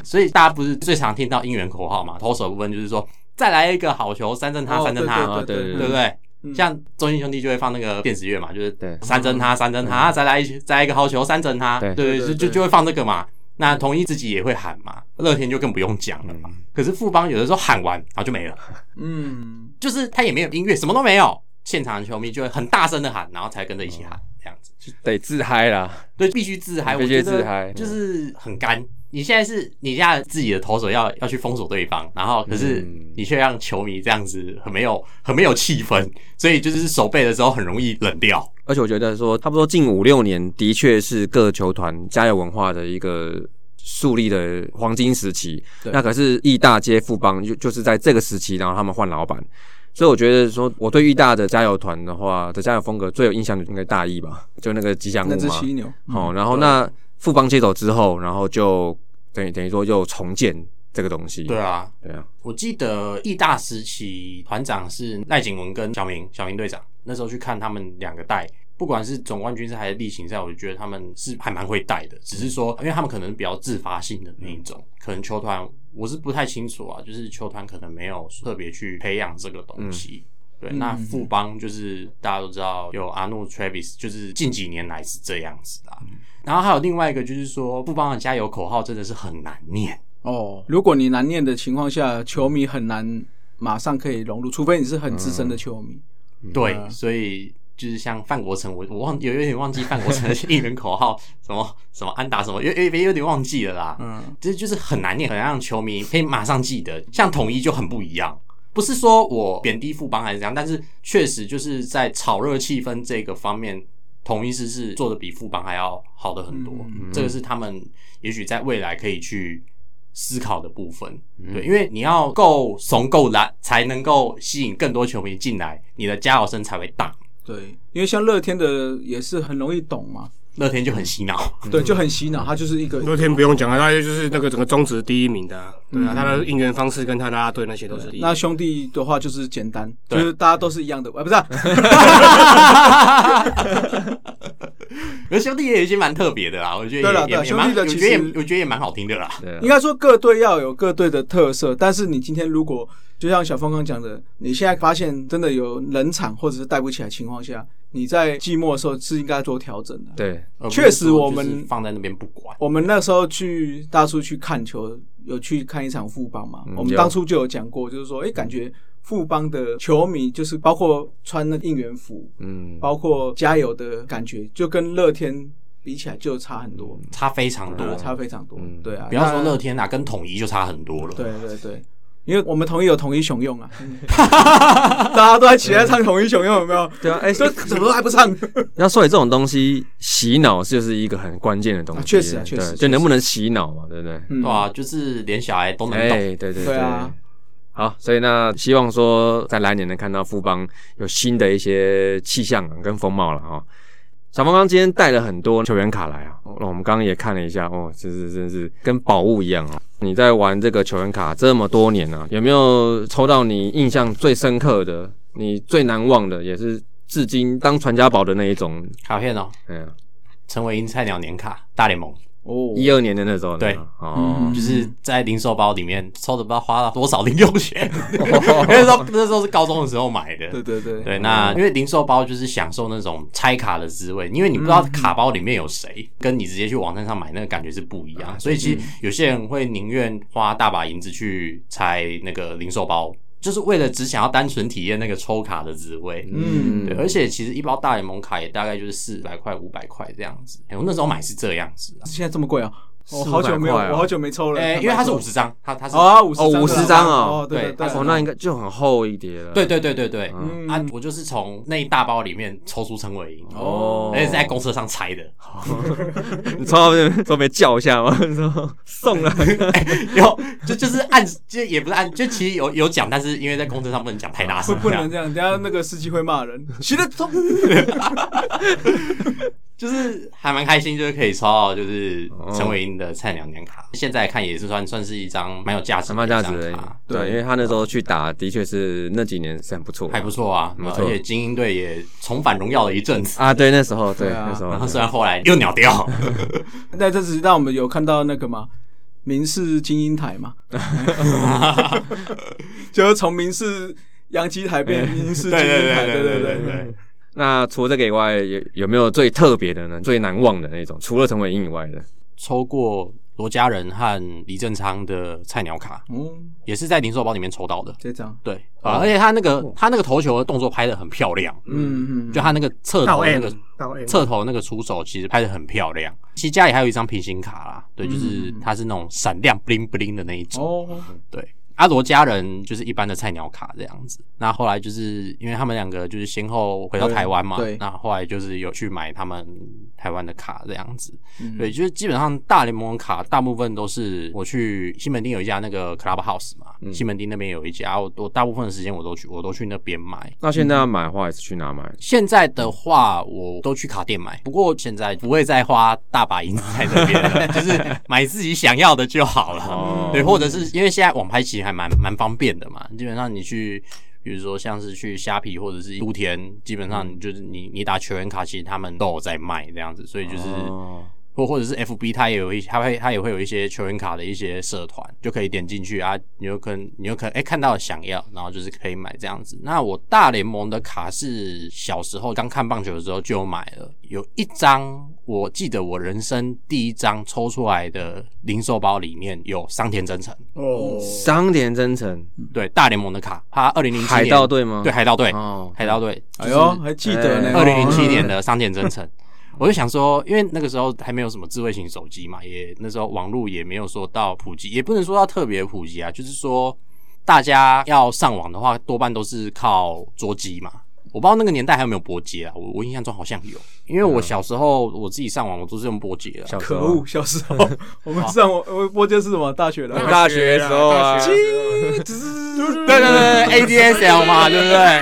A: 所以大家不是最常听到应援口号嘛？投手部分就是说再来一个好球，三振他，
B: 哦
A: 三振他，
C: 啊对
A: 对不对？像中信兄弟就会放那个电子乐嘛，就是
C: 对嗯
A: 三针他，三针他，啊再来一再来一个好球，三针他，
C: 对
A: 对
B: 对
A: 就就
B: 对
A: 就会放这个嘛。那同一自己也会喊嘛，乐天就更不用讲了嘛。
C: 嗯
A: 可是富邦有的时候喊完然后就没了，
B: 嗯，
A: 就是他也没有音乐，什么都没有，现场的球迷就会很大声的喊，然后才跟着一起
C: 哦
A: 喊这样子。
C: 得自嗨啦，
A: 对，必须自嗨，
C: 嗯必
A: 我
C: 须
A: 觉
C: 自嗨
A: 得就是很干。你现在是你家自己的投手要要去封锁对方，然后可是
C: 嗯
A: 你却让球迷这样子很没有很没有气氛，所以就是手背的时候很容易冷掉。
C: 而且我觉得说，差不多近五六年，的确是各球团加油文化的一个树立的黄金时期。
B: 对
C: 那可是义大街富邦就就是在这个时期，然后他们换老板，所以我觉得说，我对义大的加油团的话的加油风格最有印象的应该大义吧，就那个吉祥物
B: 那只
C: 嘛。
B: 犀牛，
C: 好、然后那富邦接手之后，然后就等于等于说又重建这个东西。
A: 对啊，
C: 对啊，
A: 我记得义大时期团长是赖景文跟小明，小明队长那时候去看他们两个带，不管是总冠军赛还是例行赛，我就觉得他们是还蛮会带的。只是说，因为他们可能比较自发性的那一种，
B: 嗯
A: 可能球团我是不太清楚啊，就是球团可能没有特别去培养这个东西。对，
B: 嗯
A: 那富邦就是大家都知道有阿诺 Travis，就是近几年来是这样子的啊、
B: 嗯
A: 然后还有另外一个就是说，富邦的加油口号真的是很难念。
B: 哦，如果你难念的情况下，球迷很难马上可以融入，除非你是很资
C: 嗯
B: 深的球迷。
A: 对啊
B: 嗯，
A: 所以就是像范国成，我我忘有有点忘记范国 成的应援口号，什么什么安达什么，有有有有点忘记了啦。嗯，
B: 嗯，
A: 这就是很难念，很让球迷可以马上记得。像统一就很不一样，不是说我贬低富邦还是怎样，但是确实就是在炒热气氛这个方面。统一是是做的比富邦还要好的很多，
B: 嗯
A: 这个是他们也许在未来可以去思考的部分。对，因为你要够怂够懒，才能够吸引更多球迷进来，你的加油声才会大。
B: 对，因为像乐天的也是很容易懂嘛，
A: 乐天就很洗脑。
B: 对，就很洗脑，他就是一个
D: 乐天不用讲了，啊他就是那个整个中职第一名的啊、对啊，他的应援方式跟他的拉队那些都是第一名。
B: 那兄弟的话就是简单，就
A: 对
B: 是大家都是一样的，啊，不是、啊，
A: 可是兄弟也有一些蛮特别的啦，我觉得
B: 对啦
A: 也
B: 对啦
A: 也也蛮，
B: 兄弟的
A: 我
B: 其
A: 觉
B: 实
A: 得也我觉得也蛮好听的啦。
C: 对啊
B: 应该说各队要有各队的特色，但是你今天如果就像小峰刚讲的，你现在发现真的有冷场或者是带不起来的情况下，你在季末的时候是应该做调整的。
C: 对，
A: 呃而不
B: 确
A: 是
B: 实
A: 说
B: 我
A: 就是
B: 们
A: 放在那边不管，
B: 我们那时候去大叔去看球，有去看一场富邦嘛？
C: 嗯
B: 我们
C: 有
B: 当初就有讲过，就是说，哎、感觉富邦的球迷就是包括穿那应援服，
C: 嗯，
B: 包括加油的感觉，就跟乐天比起来就差很多，
A: 差非常多
B: 对，差非常多。
C: 嗯
B: 对啊，
A: 不要说
B: 那
A: 乐天啦，跟统一就差很多了。
B: 对对对，因为我们同一有同一雄用啊， 大家都在起来唱同一雄用，有没有？
C: 对啊，哎、
B: 说怎么还不唱？
C: 那所以这种东西洗脑就是一个很关键的东
B: 啊
C: 西，
B: 确实啊确
C: 对
B: 实确
C: 就
B: 实
C: 能不能洗脑嘛，对不对？
B: 嗯
A: 对啊，就是连小孩都能
C: 哎、
A: 懂。
C: 对对
B: 对啊
C: 好，所以那希望说在来年能看到富邦有新的一些气象跟风貌了哈、哦。小方刚今天带了很多球员卡来啊，哦那我们刚刚也看了一下哦，真是真是跟宝物一样哦。你在玩这个球员卡这么多年啊，有没有抽到你印象最深刻的、你最难忘的，也是至今当传家宝的那一种？
A: 卡片哦，
C: 哎呀，
A: 成为英菜鸟年卡大联盟，
B: 哦，
C: 一二年的那时候呢，
A: 对
C: 哦
B: 嗯，
A: 就是在零售包里面抽的，不知道花了多少零用 钱。 那时候那时候是高中的时候买的。
B: 嗯对对对，
A: 对，那因为零售包就是享受那种拆卡的滋味，因为你不知道
B: 嗯
A: 卡包里面有谁，跟你直接去网站上买那个感觉是不一
B: 嗯
A: 样。所以其实有些人会宁愿花大把银子去拆那个零售包，就是为了只想要单纯体验那个抽卡的滋味。
B: 嗯，
A: 对，而且其实一包大联盟卡也大概就是四百块、五百块这样子、哎我那时候买是这样子、啊，
B: 现在这么贵啊！我
C: 400
B: 好久没有，
C: 块啊
B: 我好久没抽了。
A: 哎、因为它是五
B: 十
A: 十张，它它是、
B: 啊，五十
C: 哦50张哦
B: 哦，对
A: 对
B: 对，
A: 它
C: 哦，那应该就很厚一叠了。
A: 对对对对对，
B: 嗯
A: 啊，我就是从那一大包里面抽出陈伟霆，
C: 哦，
A: 哎而且是在公车上拆的，
C: 你抽到这边都没叫一下吗？ 说送了，
A: 有就就是按就也不是按，就其实有有讲，但是因为在公车上不能讲太大
B: 不
A: 声，
B: 不
A: 这样
B: 能这样，等下那个司机会骂人。洗的冲，
A: 就是还蛮开心，就是可以抽到就是陈伟霆的菜鸟年卡，现在看也是算算是一张蛮有价值
C: 什
A: 的
C: 么
A: 一
C: 价
A: 张
C: 值而已
A: 卡。
C: 对，因为他那时候去打，的确是那几年是很不错的，
A: 还不错啊，
C: 没错
A: 而且精英队也重返荣耀了一阵子，
C: 啊。对，那时候哦对，
B: 对啊
C: 那时候
A: 然后虽然后来又鸟掉，
B: 那这次让我们有看到那个嘛，民事精英台嘛，就是从民事洋基台变民事精英台，对对对。
C: 那除了这个以外，有有没有最特别的呢？最难忘的那种？除了陈伟英以外的，
A: 抽过罗家人和李正昌的菜鸟卡，
B: 嗯，
A: 也是在零售包里面抽到的。
B: 这张，
A: 对啊，而且他那个他那个投球的动作拍的很漂亮，
B: 嗯嗯，
A: 就他那个侧
D: 到
A: 头那
D: M
A: 个
D: 到 M，
A: 侧头那个出手，其实拍的很漂亮。其实家里还有一张平行卡啦，对，就是它是那种闪亮 bling bling 的那一种。
B: 嗯哦，
A: 对，阿罗家人就是一般的菜鸟卡这样子。那后来就是因为他们两个就是先后回到台湾嘛
B: 对对，
A: 那后来就是有去买他们台湾的卡这样子。
B: 嗯
A: 对，就是基本上大联盟卡大部分都是我去西门町有一家那个 Clubhouse 嘛，
B: 嗯
A: 西门町那边有一家，我我大部分的时间我都去我都去那边买。
C: 那现在要买的话，也是去哪买？
A: 现在的话，我都去卡店买，不过现在不会再花大把银子在这边 了，就是买自己想要的就好了。
C: 哦
A: 对，或者是因为现在网拍其实还蛮蛮方便的嘛，基本上你去。比如说像是去虾皮或者是都田，基本
C: 嗯
A: 上就是你你打球员卡，其实他们都有在卖这样子，所以就是
C: 哦
A: 或或者是 FB，它也有一，它会它也会有一些球员卡的一些社团，就可以点进去啊，你有可能你有可能哎、看到想要，然后就是可以买这样子。那我大联盟的卡是小时候刚看棒球的时候就买了，有一张我记得我人生第一张抽出来的零售包里面有桑田真诚，
D: 哦，
C: 桑田真诚，
A: 对大联盟的卡，他二零零七
C: 海盗队吗？
A: 对海盗队，
C: 哦，
A: 海盗队，
B: 哎呦，还记得呢，哦
A: 二零零七年的商店征 程。我就想说，因为那个时候还没有什么智慧型手机嘛，也那时候网络也没有说到普及，也不能说到特别普及啊，就是说大家要上网的话，多半都是靠桌机嘛。我不知道那个年代还有没有拨接啊，我我印象中好像有，因为我小时候我自己上网，我都是用拨接的啊。
C: 小时
B: 可
C: 候
B: 恶，小时候我们上我我播间是什么大学的，
C: 大学的时候啊
D: 大学的时候
A: 对对对，ADSL 嘛，对不对？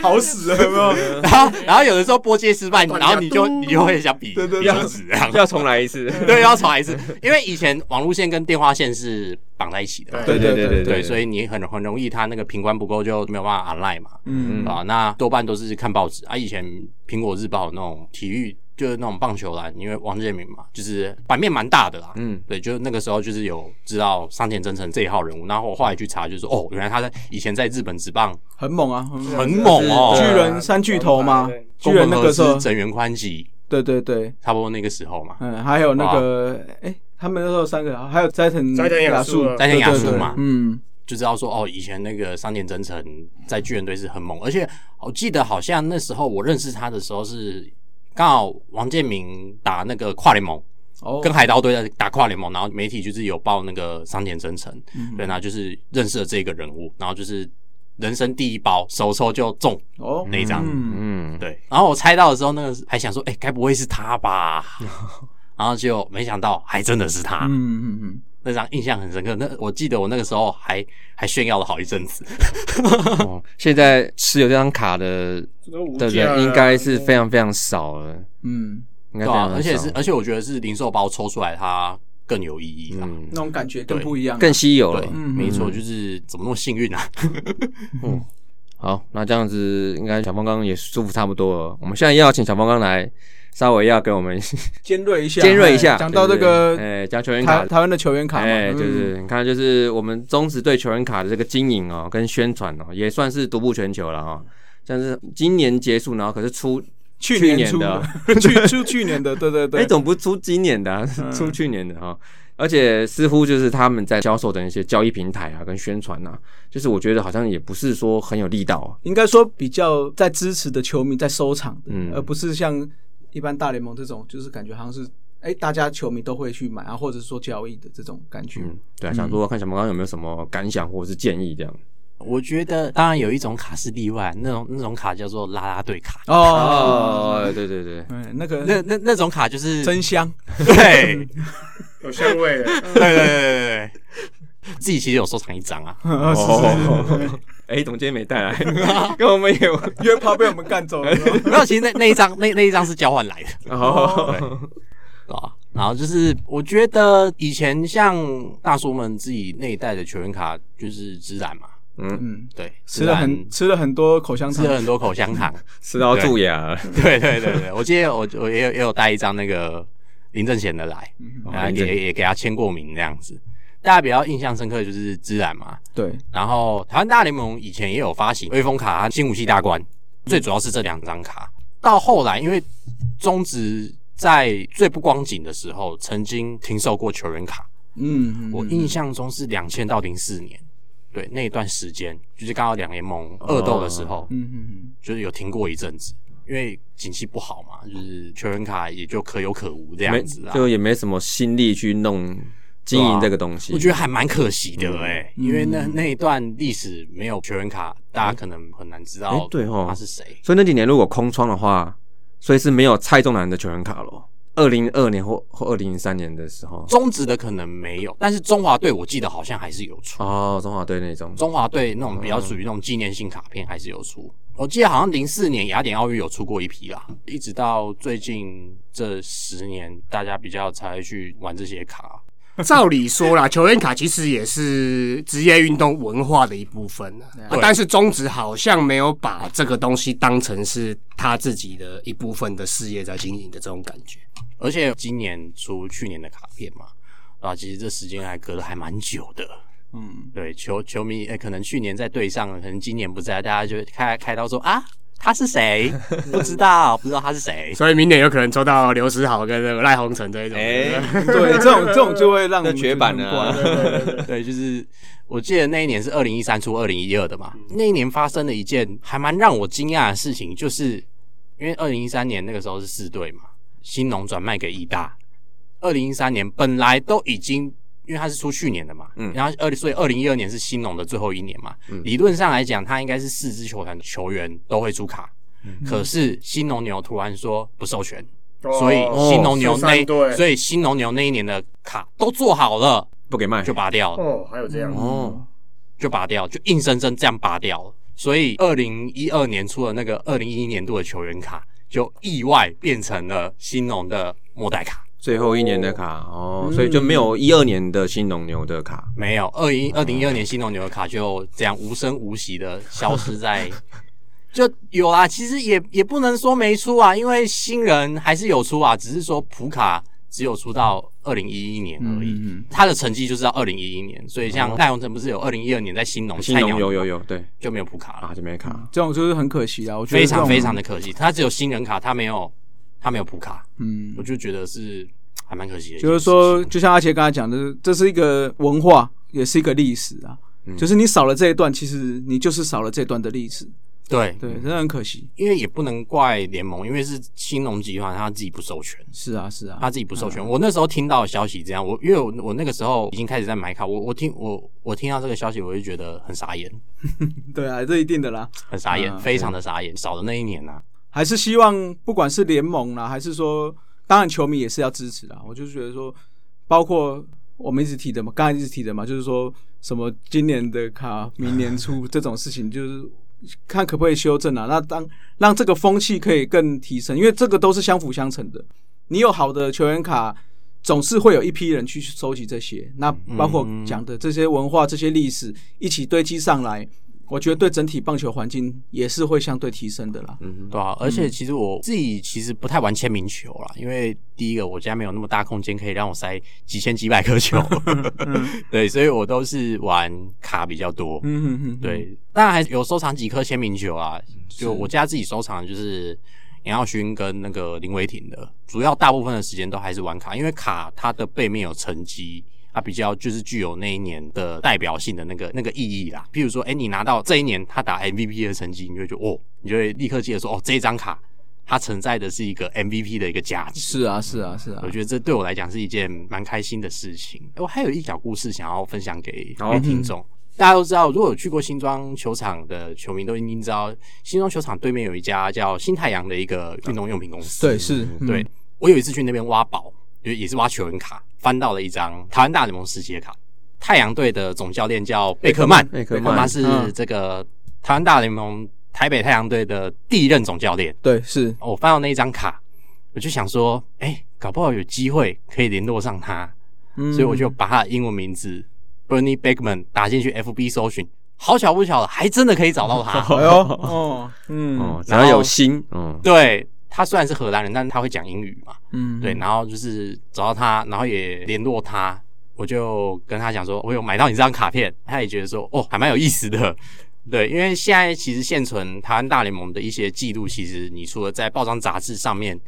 B: 吵死了，有没嗯有？
A: 然后然后有的时候拨接失 败，然后你就你就会想比
B: 对对
A: 比
B: 对
A: 手指这样，
C: 要重来一次。
A: 对，要重来一次，因为以前网路线跟电话线是绑在一起的嘛。
B: 对对对对
A: 所以你很很容易，它那个频宽不够就没有办法 online 嘛，
B: 嗯
C: 嗯
A: 啊，那多半都是看报纸啊。以前苹果日报那种体育，就是那种棒球栏，因为王建民嘛，就是版面蛮大的啦。
C: 嗯，
A: 对，就那个时候就是有知道桑田真诚这一号人物，然后我后来去查，就是说哦，原来他在以前在日本职棒
B: 很猛啊，很
A: 很猛哦，
B: 巨
C: 对
B: 人三巨头嘛
D: 啊对，
B: 巨人那个时候，
A: 整元宽吉，
B: 对对对，
A: 差不多那个时候嘛，
B: 嗯，还有那个，哎，他们那时候三个，还有斋藤
D: 斋藤雅
B: 树
D: 树，
A: 丹田
B: 对
A: 雅
B: 对
A: 树
B: 对
A: 嘛，
B: 嗯，
A: 就知道说哦，以前那个桑田真诚在巨人队是很猛，而且我记得好像那时候我认识他的时候是刚好王建民打那个跨联盟，
B: 哦，
A: 跟海盗队在打跨联盟，然后媒体就是有报那个桑田真诚，对，然后就是认识了这个人物，然后就是人生第一包手抽就中
B: 哦，
A: 那一张，
B: 嗯，
C: 嗯，
A: 对，然后我猜到的时候，那个还想说，哎、该不会是他吧？然后就没想到，还真的是他。
B: 嗯嗯嗯，
A: 那张印象很深刻。那我记得我那个时候还还炫耀了好一阵子。
C: 哦现在持有这张卡的的人应该是非常非常少了，
B: 嗯，
C: 应
A: 对
C: 该非常
A: 啊，
C: 非常少
A: 而且是而且我觉得是零售包抽出来它更有意义啦。
C: 嗯
B: 那种感觉更不一样，
C: 更稀有
A: 对
C: 了，。
B: 嗯
A: 没错，就是怎么那么幸运啊？
C: 好，那这样子应该小方刚也舒服差不多了。我们现在要请小方刚来稍微要给我们
B: 尖锐一下，
C: 尖锐一下，
B: 哎讲到这
C: 对
B: 个
C: 哎，讲球员卡
B: 台，台湾的球员卡嘛，
C: 哎，
B: 嗯
C: 对对，对你看就是我们中职对球员卡的这个经营哦，跟宣传哦，也算是独步全球了哦。像是今年结束，然后可是出
B: 去
C: 去
B: 年
C: 年
B: 出
C: 的，
B: 去出去年的，对对
C: 哎、
B: 对，
C: 总不是出今年的、啊，是 出去年的哈、而且似乎就是他们在销售的那些交易平台啊，跟宣传啊，就是我觉得好像也不是说很有力道、啊。
B: 应该说比较在支持的球迷在收藏的，
C: 嗯
B: 而不是像一般大联盟这种，就是感觉好像是哎、大家球迷都会去买啊，或者是说交易的这种感觉。
C: 嗯，对啊，想说看小毛刚刚有没有什么感想或者是建议这样。
A: 我觉得当然有一种卡是例外，那种那种卡叫做拉拉队卡，
B: 哦，
C: 哦，对对对，
B: 嗯，那个
A: 那那那种卡就是
B: 真香，
A: 对
D: 有香味了。
A: 对对对对对对，自己其实有收藏一张啊。
C: 哦，哎，总监没带来，跟我们有
B: 约炮被我们干 走了。
A: 没有，其实那那一张那那一张是交换来的。
C: 哦，
A: 啊。然后就是，我觉得以前像大叔们自己那一代的球员卡，就是孜然嘛，
B: 嗯，
A: 对，
B: 吃了
A: 孜然
B: 很吃了很多口香
A: 吃
B: 糖
A: 了，很多口香糖。
C: 吃到蛀牙了，
A: 对对对对，我记得我我也有也有带一张那个林正贤的来，
C: 哦
A: 啊、
C: 林正
A: 也也给他签过名这样子。大家比较印象深刻的就是孜然嘛，
B: 对，
A: 然后台湾大联盟以前也有发行威风卡、新武器大
C: 嗯
A: 关，最主要是这两张卡。到后来，因为中职在最不光景的时候，曾经停售过球员卡，
B: 嗯，嗯
A: 我印象中是两千到零四年，对那一段时间，就是刚好两联盟恶斗的时
C: 哦
A: 候，
B: 嗯嗯
A: 就是有停过一阵子，因为景气不好嘛，就是球员卡也就可有可无这
C: 没
A: 样子啊。
C: 就也没什么心力去弄经营这个东西。
A: 我觉得还蛮可惜的
C: 嗯
A: 哎、因为那那一段历史没有球员卡，大家可能很难知道
C: 哎嗯对哦
A: 他是谁。
C: 所以那几年如果空窗的话，所以是没有蔡仲南的球员卡咯。二零二年或或二零零三年的时候，
A: 中职的可能没有，但是中华队我记得好像还是有出。
C: 哦，中华队那种，
A: 中华队那种比较属于那种纪念性卡片还是有出。我记得好像零四年雅典奥运有出过一批啦，一直到最近这十年，大家比较才会去玩这些卡。
D: 照理说啦，球员卡其实也是职业运动文化的一部分啊啊
A: 对
D: 但是中职好像没有把这个东西当成是他自己的一部分的事业在经营的这种感觉。
A: 而且今年出去年的卡片嘛，啊，其实这时间还隔了还蛮久的。
B: 嗯，
A: 对，球球迷呃诶、可能去年在队上，可能今年不在，大家就开开刀说啊，他是谁？不知道，不知道他是谁。
D: 所以明年有可能抽到刘思豪跟那个赖鸿成这一种。
B: 嗯对，这种这种就会让我们
C: 那绝版
B: 觉得
C: 啊
B: 很怪
A: 对，就是我记得那一年是二零一三出二零一二的嘛，那一年发生了一件还蛮让我惊讶的事情，就是因为二零一三年那个时候是四队嘛，新农转卖给义大，二零一三年本来都已经。因为它是出去年的嘛，
C: 嗯
A: 然后二所以二零一二年是新农的最后一年嘛，理论上来讲，它应该是四支球团的球员都会出卡，可是新农牛突然说不授权，所以
D: 哦
A: 新农牛那、
D: 13队
A: 所以新农牛那一年的卡都做好了，
C: 不给卖
A: 就拔掉了，
D: 哦，还有这样
C: 哦，
A: 就拔掉，就硬生生这样拔掉了。所以二零一二年出的那个二零一一年度的球员卡，就意外变成了新农的末代卡。
C: 最后一年的卡哦，
B: 嗯
C: 所以就没有一二年的新农牛的卡。
A: 没有，二一二零一二年新农牛的卡就这样无声无息的消失在， 就有啦。其实也也不能说没出啊，因为新人还是有出啊，只是说普卡只有出到二零一一年而已，
B: 嗯
A: 他的成绩就是到二零一一年。所以像赖鸿成不是有二零一二年在新
B: 嗯
A: 农
C: 哦新农
A: 菜鸟
C: 有有有，对
A: 就没有普卡了，
C: 啊，就没卡。
B: 这种就是很可惜啊啦，我觉得
A: 非常非常
B: 的，
A: 的可惜。他只有新人卡，他没有他没有普卡，
B: 嗯
A: 我，就觉得是还蛮可惜的。
B: 就是说，，就像阿杰刚才讲的，这是一个文化，也是一个历史啊。
A: 嗯
B: 就是你少了这一段，其实你就是少了这段的历史，
A: 对，
B: 对，真的很可惜。
A: 因为也不能怪联盟，因为是新农集团他自己不授权。
B: 是啊，是啊，
A: 他自己不授权。我那时候听到的消息这样，我因为我我那个时候已经开始在买卡，我我听我我听到这个消息，我就觉得很傻眼，
B: 对啊，这一定的啦。
A: 很傻眼，
B: 嗯
A: 非常的傻眼。少的那一年啊呐、
B: 还是希望不管是联盟啦，还是说，当然球迷也是要支持啦。我就是觉得说，包括我们一直提的嘛，刚才一直提的嘛，就是说什么今年的卡，明年出这种事情，就是看可不可以修正啊。那当让这个风气可以更提升，因为这个都是相辅相成的。你有好的球员卡，总是会有一批人去收集这些。那包括讲的这些文化、这些历史一起堆积上来，我觉得对整体棒球环境也是会相对提升的啦。
A: 对啊，而且其实我自己其实不太玩签名球啦，因为第一个我家没有那么大空间可以让我塞几千几百颗球， 对，所以我都是玩卡比较多。
B: 嗯哼哼，
A: 对，当然还有收藏几颗签名球啊，就我家自己收藏的就是杨耀勋跟那个林伟霆的，主要大部分的时间都还是玩卡，因为卡它的背面有成绩。它比较就是具有那一年的代表性的那个那 个意义啦。譬如说，哎、你拿到这一年他打 MVP 的成绩，你就会觉得哦，你就会立刻记得说，哦，这张卡它承载的是一个 MVP 的一个价值。
B: 是啊，是啊，是啊
A: 我，觉得这对我来讲是一件蛮开心的事情。我还有一小故事想要分享给
C: 好嗯
A: 听众。大家都知道，如果有去过新庄球场的球迷都一定知道，新庄球场对面有一家叫新太阳的一个运动用品公司。
B: 对，是，
A: 对
B: 嗯，
A: 我有一次去那边挖宝，也也是挖球员卡，翻到了一张台湾大联盟世界卡。太阳队的总教练叫贝克曼，
C: 贝克曼
A: 曼是
B: 嗯
A: 这个台湾大联盟台北太阳队的第一任总教练。
B: 对，是，
A: 哦我翻到那一张卡，我就想说，哎、搞不好有机会可以联络上他，
B: 嗯
A: 所以我就把他的英文名字 Bernie Beckman 打进去 FB 搜寻，好巧不巧的，还真的可以找到 他。
B: 哎呦，哦，嗯
C: 哦，，只要有心，嗯，
A: 对他虽然是荷兰人，但是他会讲英语嘛，
B: 嗯，
A: 对，，然后就是找到他，然后也联络他，我就跟他讲说，我有买到你这张卡片，他也觉得说，哦，还蛮有意思的。对，因为现在其实现存台湾大联盟的一些记录，其实你除了在报章杂志上面、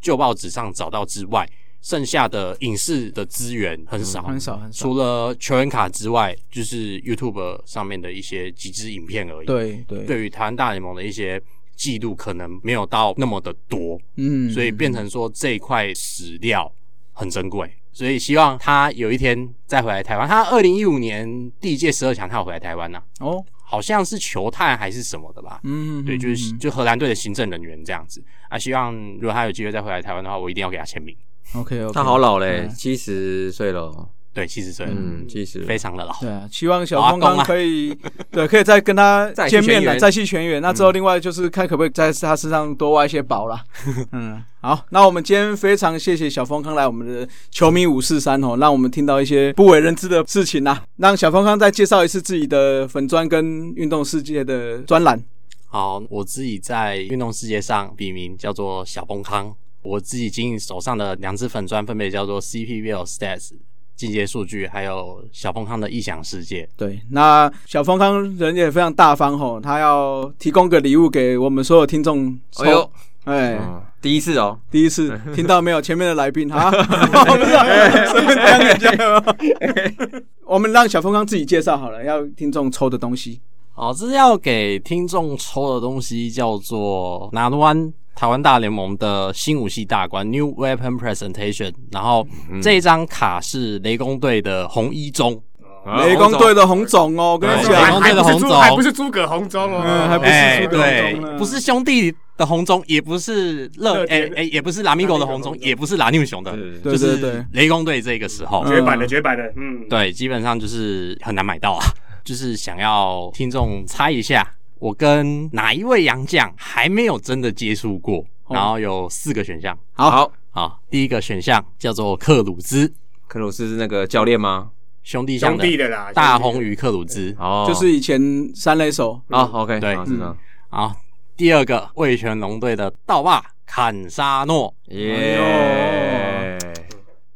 A: 旧报纸上找到之外，剩下的影视的资源很少，
B: 嗯很少很少，
A: 除了球员卡之外，就是 YouTube 上面的一些集资影片而已。，
B: 对对，
A: 对于台湾大联盟的一些记录，可能没有到那么的多。
B: 嗯，
A: 所以变成说这一块史料很珍贵，所以希望他有一天再回来台湾。他二零一五年第一届十二强，他有回来台湾呐、
B: 哦，
A: 好像是球探还是什么的吧？
B: 嗯，
A: 对，就是
B: 嗯
A: 就荷兰队的行政人员这样子啊。希望如果他有机会再回来台湾的话，我一定要给他签名。
B: ，OK OK，
C: 他好，老嘞，
B: 嗯
C: 七十岁了哦，
A: 对，七十岁了，
C: 嗯，七十，
A: 非常的老。
B: 对啊，希望小
A: 老阿
B: 峰
A: 公啊
B: 刚可以， 对，可以再跟他
C: 再续
B: 见面
C: 前
B: 了，
C: 缘
B: 再续全缘。那之后，另外就是看可不可以在他身上多挖一些宝啦。嗯，好，那我们今天非常谢谢小峰康来我们的球迷五四三哦，让我们听到一些不为人知的事情啦。让小峰康再介绍一次自己的粉砖跟运动世界的专栏。
A: 好，我自己在运动世界上笔名叫做小崩康，我自己经营手上的两只粉砖分别叫做 CPBL Stats 进阶数据，还有小崩康的异想世界。
B: 对，那小峰康人也非常大方吼，他要提供个礼物给我们所有听众抽。
C: 哎呦，
B: 哎，
C: 嗯，第一次哦，
B: 第一 次听到没有？前面的来宾啊，我不知道，随便讲人家有
C: 哎
B: 没有我们让小峰刚自己介绍好了，要听众抽的东西。
A: 好，这是要给听众抽的东西叫做拿湾台湾大联盟的新武器大关 New Weapon Presentation，然后
B: 嗯
A: 这一张卡是雷公队的红一中，
C: 啊哎
B: 雷公队的洪总哦，我跟你
C: 对
B: 讲
A: 雷，公队的红
D: 还不是
A: 中
D: 诸还不是诸葛红中哦，
B: 嗯还不是
A: 哎，
B: 苏格
A: 对
B: 红中，呢
A: 不是兄弟的红中，也不是乐
D: 乐
A: 哎
D: 天
A: 哎，也不是拉米狗的红中，也不是拉牛熊的，
C: 是
B: 对
A: 就
B: 对
A: 是
B: 对，
A: 雷公队这个时候，
D: 绝版的绝版的，嗯，
A: 对，基本上就是很难买到啊，就是想要听众猜一下。我跟哪一位洋将还没有真的接触过，
B: 哦
A: 然后有四个选项。
C: 好好，
A: 好，第一个选项叫做克鲁兹
C: 克鲁斯是那个教练吗？
A: 兄弟象
D: 兄弟
A: 的
D: 的啦，
A: 大
D: 兄弟
A: 红鱼克鲁兹。
C: 哦，
B: 就是以前三垒手
C: 啊，OK，
A: 对
C: 好知道，
A: 好，第二个味全龙队的道霸坎沙诺，
C: 耶，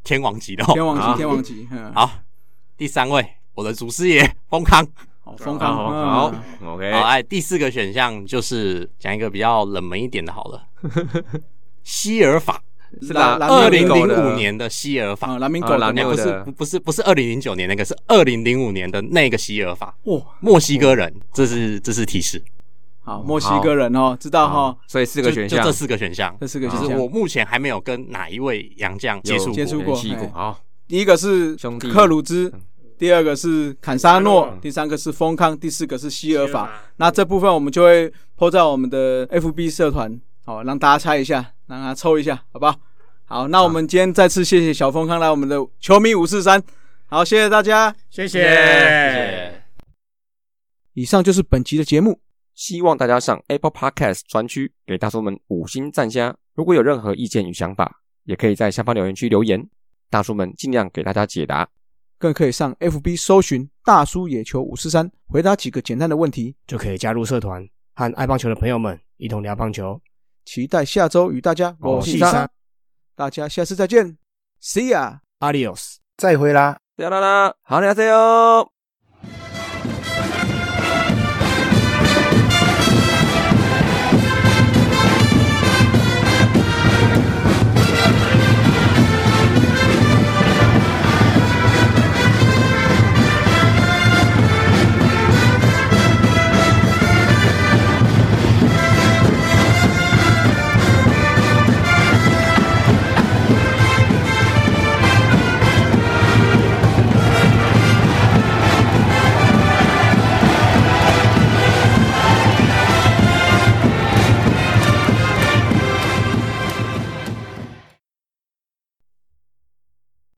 A: 天王级的、
B: 天
A: 哦。
B: 王级
C: 好
B: 天王级，嗯，
C: 啊
A: 好，第三位我的祖师爷丰康。
B: 好风
C: 好
B: 康
C: 好
B: 嗯
C: 好，OK，
A: 好，哎，第四个选项就是讲一个比较冷门一点的，好了，希尔法，
C: 是
B: 蓝
C: 吧
B: 蓝
A: 二
B: 米
A: 零
C: 狗
A: 零
C: 的
A: 五年的希尔法
B: 啊，，蓝明狗
C: 啊蓝
B: 的
A: 哎
C: 牛
A: 不是
C: 的
A: 不不是不是二零零九年那个，是二零零五年的那个希尔法，
B: 哇，
A: 墨西哥人，
B: 哦
A: 这是这是提示，
B: 好墨西哥人哦，知道哈
C: 好，，所以
A: 这
C: 四个选项
A: 就这四个选项
B: 这，四个
C: 好
A: 就是
B: 选
A: 我
B: 项，
A: 目前还没有跟哪一位洋将接触
C: 有
B: 接触过
C: 记
B: 嘿
C: 过，好，
B: 第一个是
C: 兄弟
B: 克鲁兹
C: 嗯，
B: 第二个是坎沙
D: 坎
B: 诺
D: 沙诺，
B: 第三个是丰康，第四个是希尔法
D: 希尔法。
B: 那这部分我们就会抛在我们的 FB 社团，好让大家猜一下，让他抽一下，好不好？好，那我们今天再次谢谢小丰康来我们的球迷五四三，好，谢谢大家。
D: 谢
A: 谢谢。
B: 以上就是本集的节目，
C: 希望大家上 Apple Podcast 专区给大叔们五星赞加。如果有任何意见与想法，也可以在下方留言区留言，大叔们尽量给大家解答。
B: 更可以上 FB 搜寻“大叔野球五四三”，回答几个简单的问题。
D: 就可以加入社团，和爱棒球的朋友们一同聊棒球。
B: 期待下周与大家
D: 我是三，
B: 大家下次再见，See ya。
D: Adios，再会啦。
C: 啦啦啦，好，你好，加油！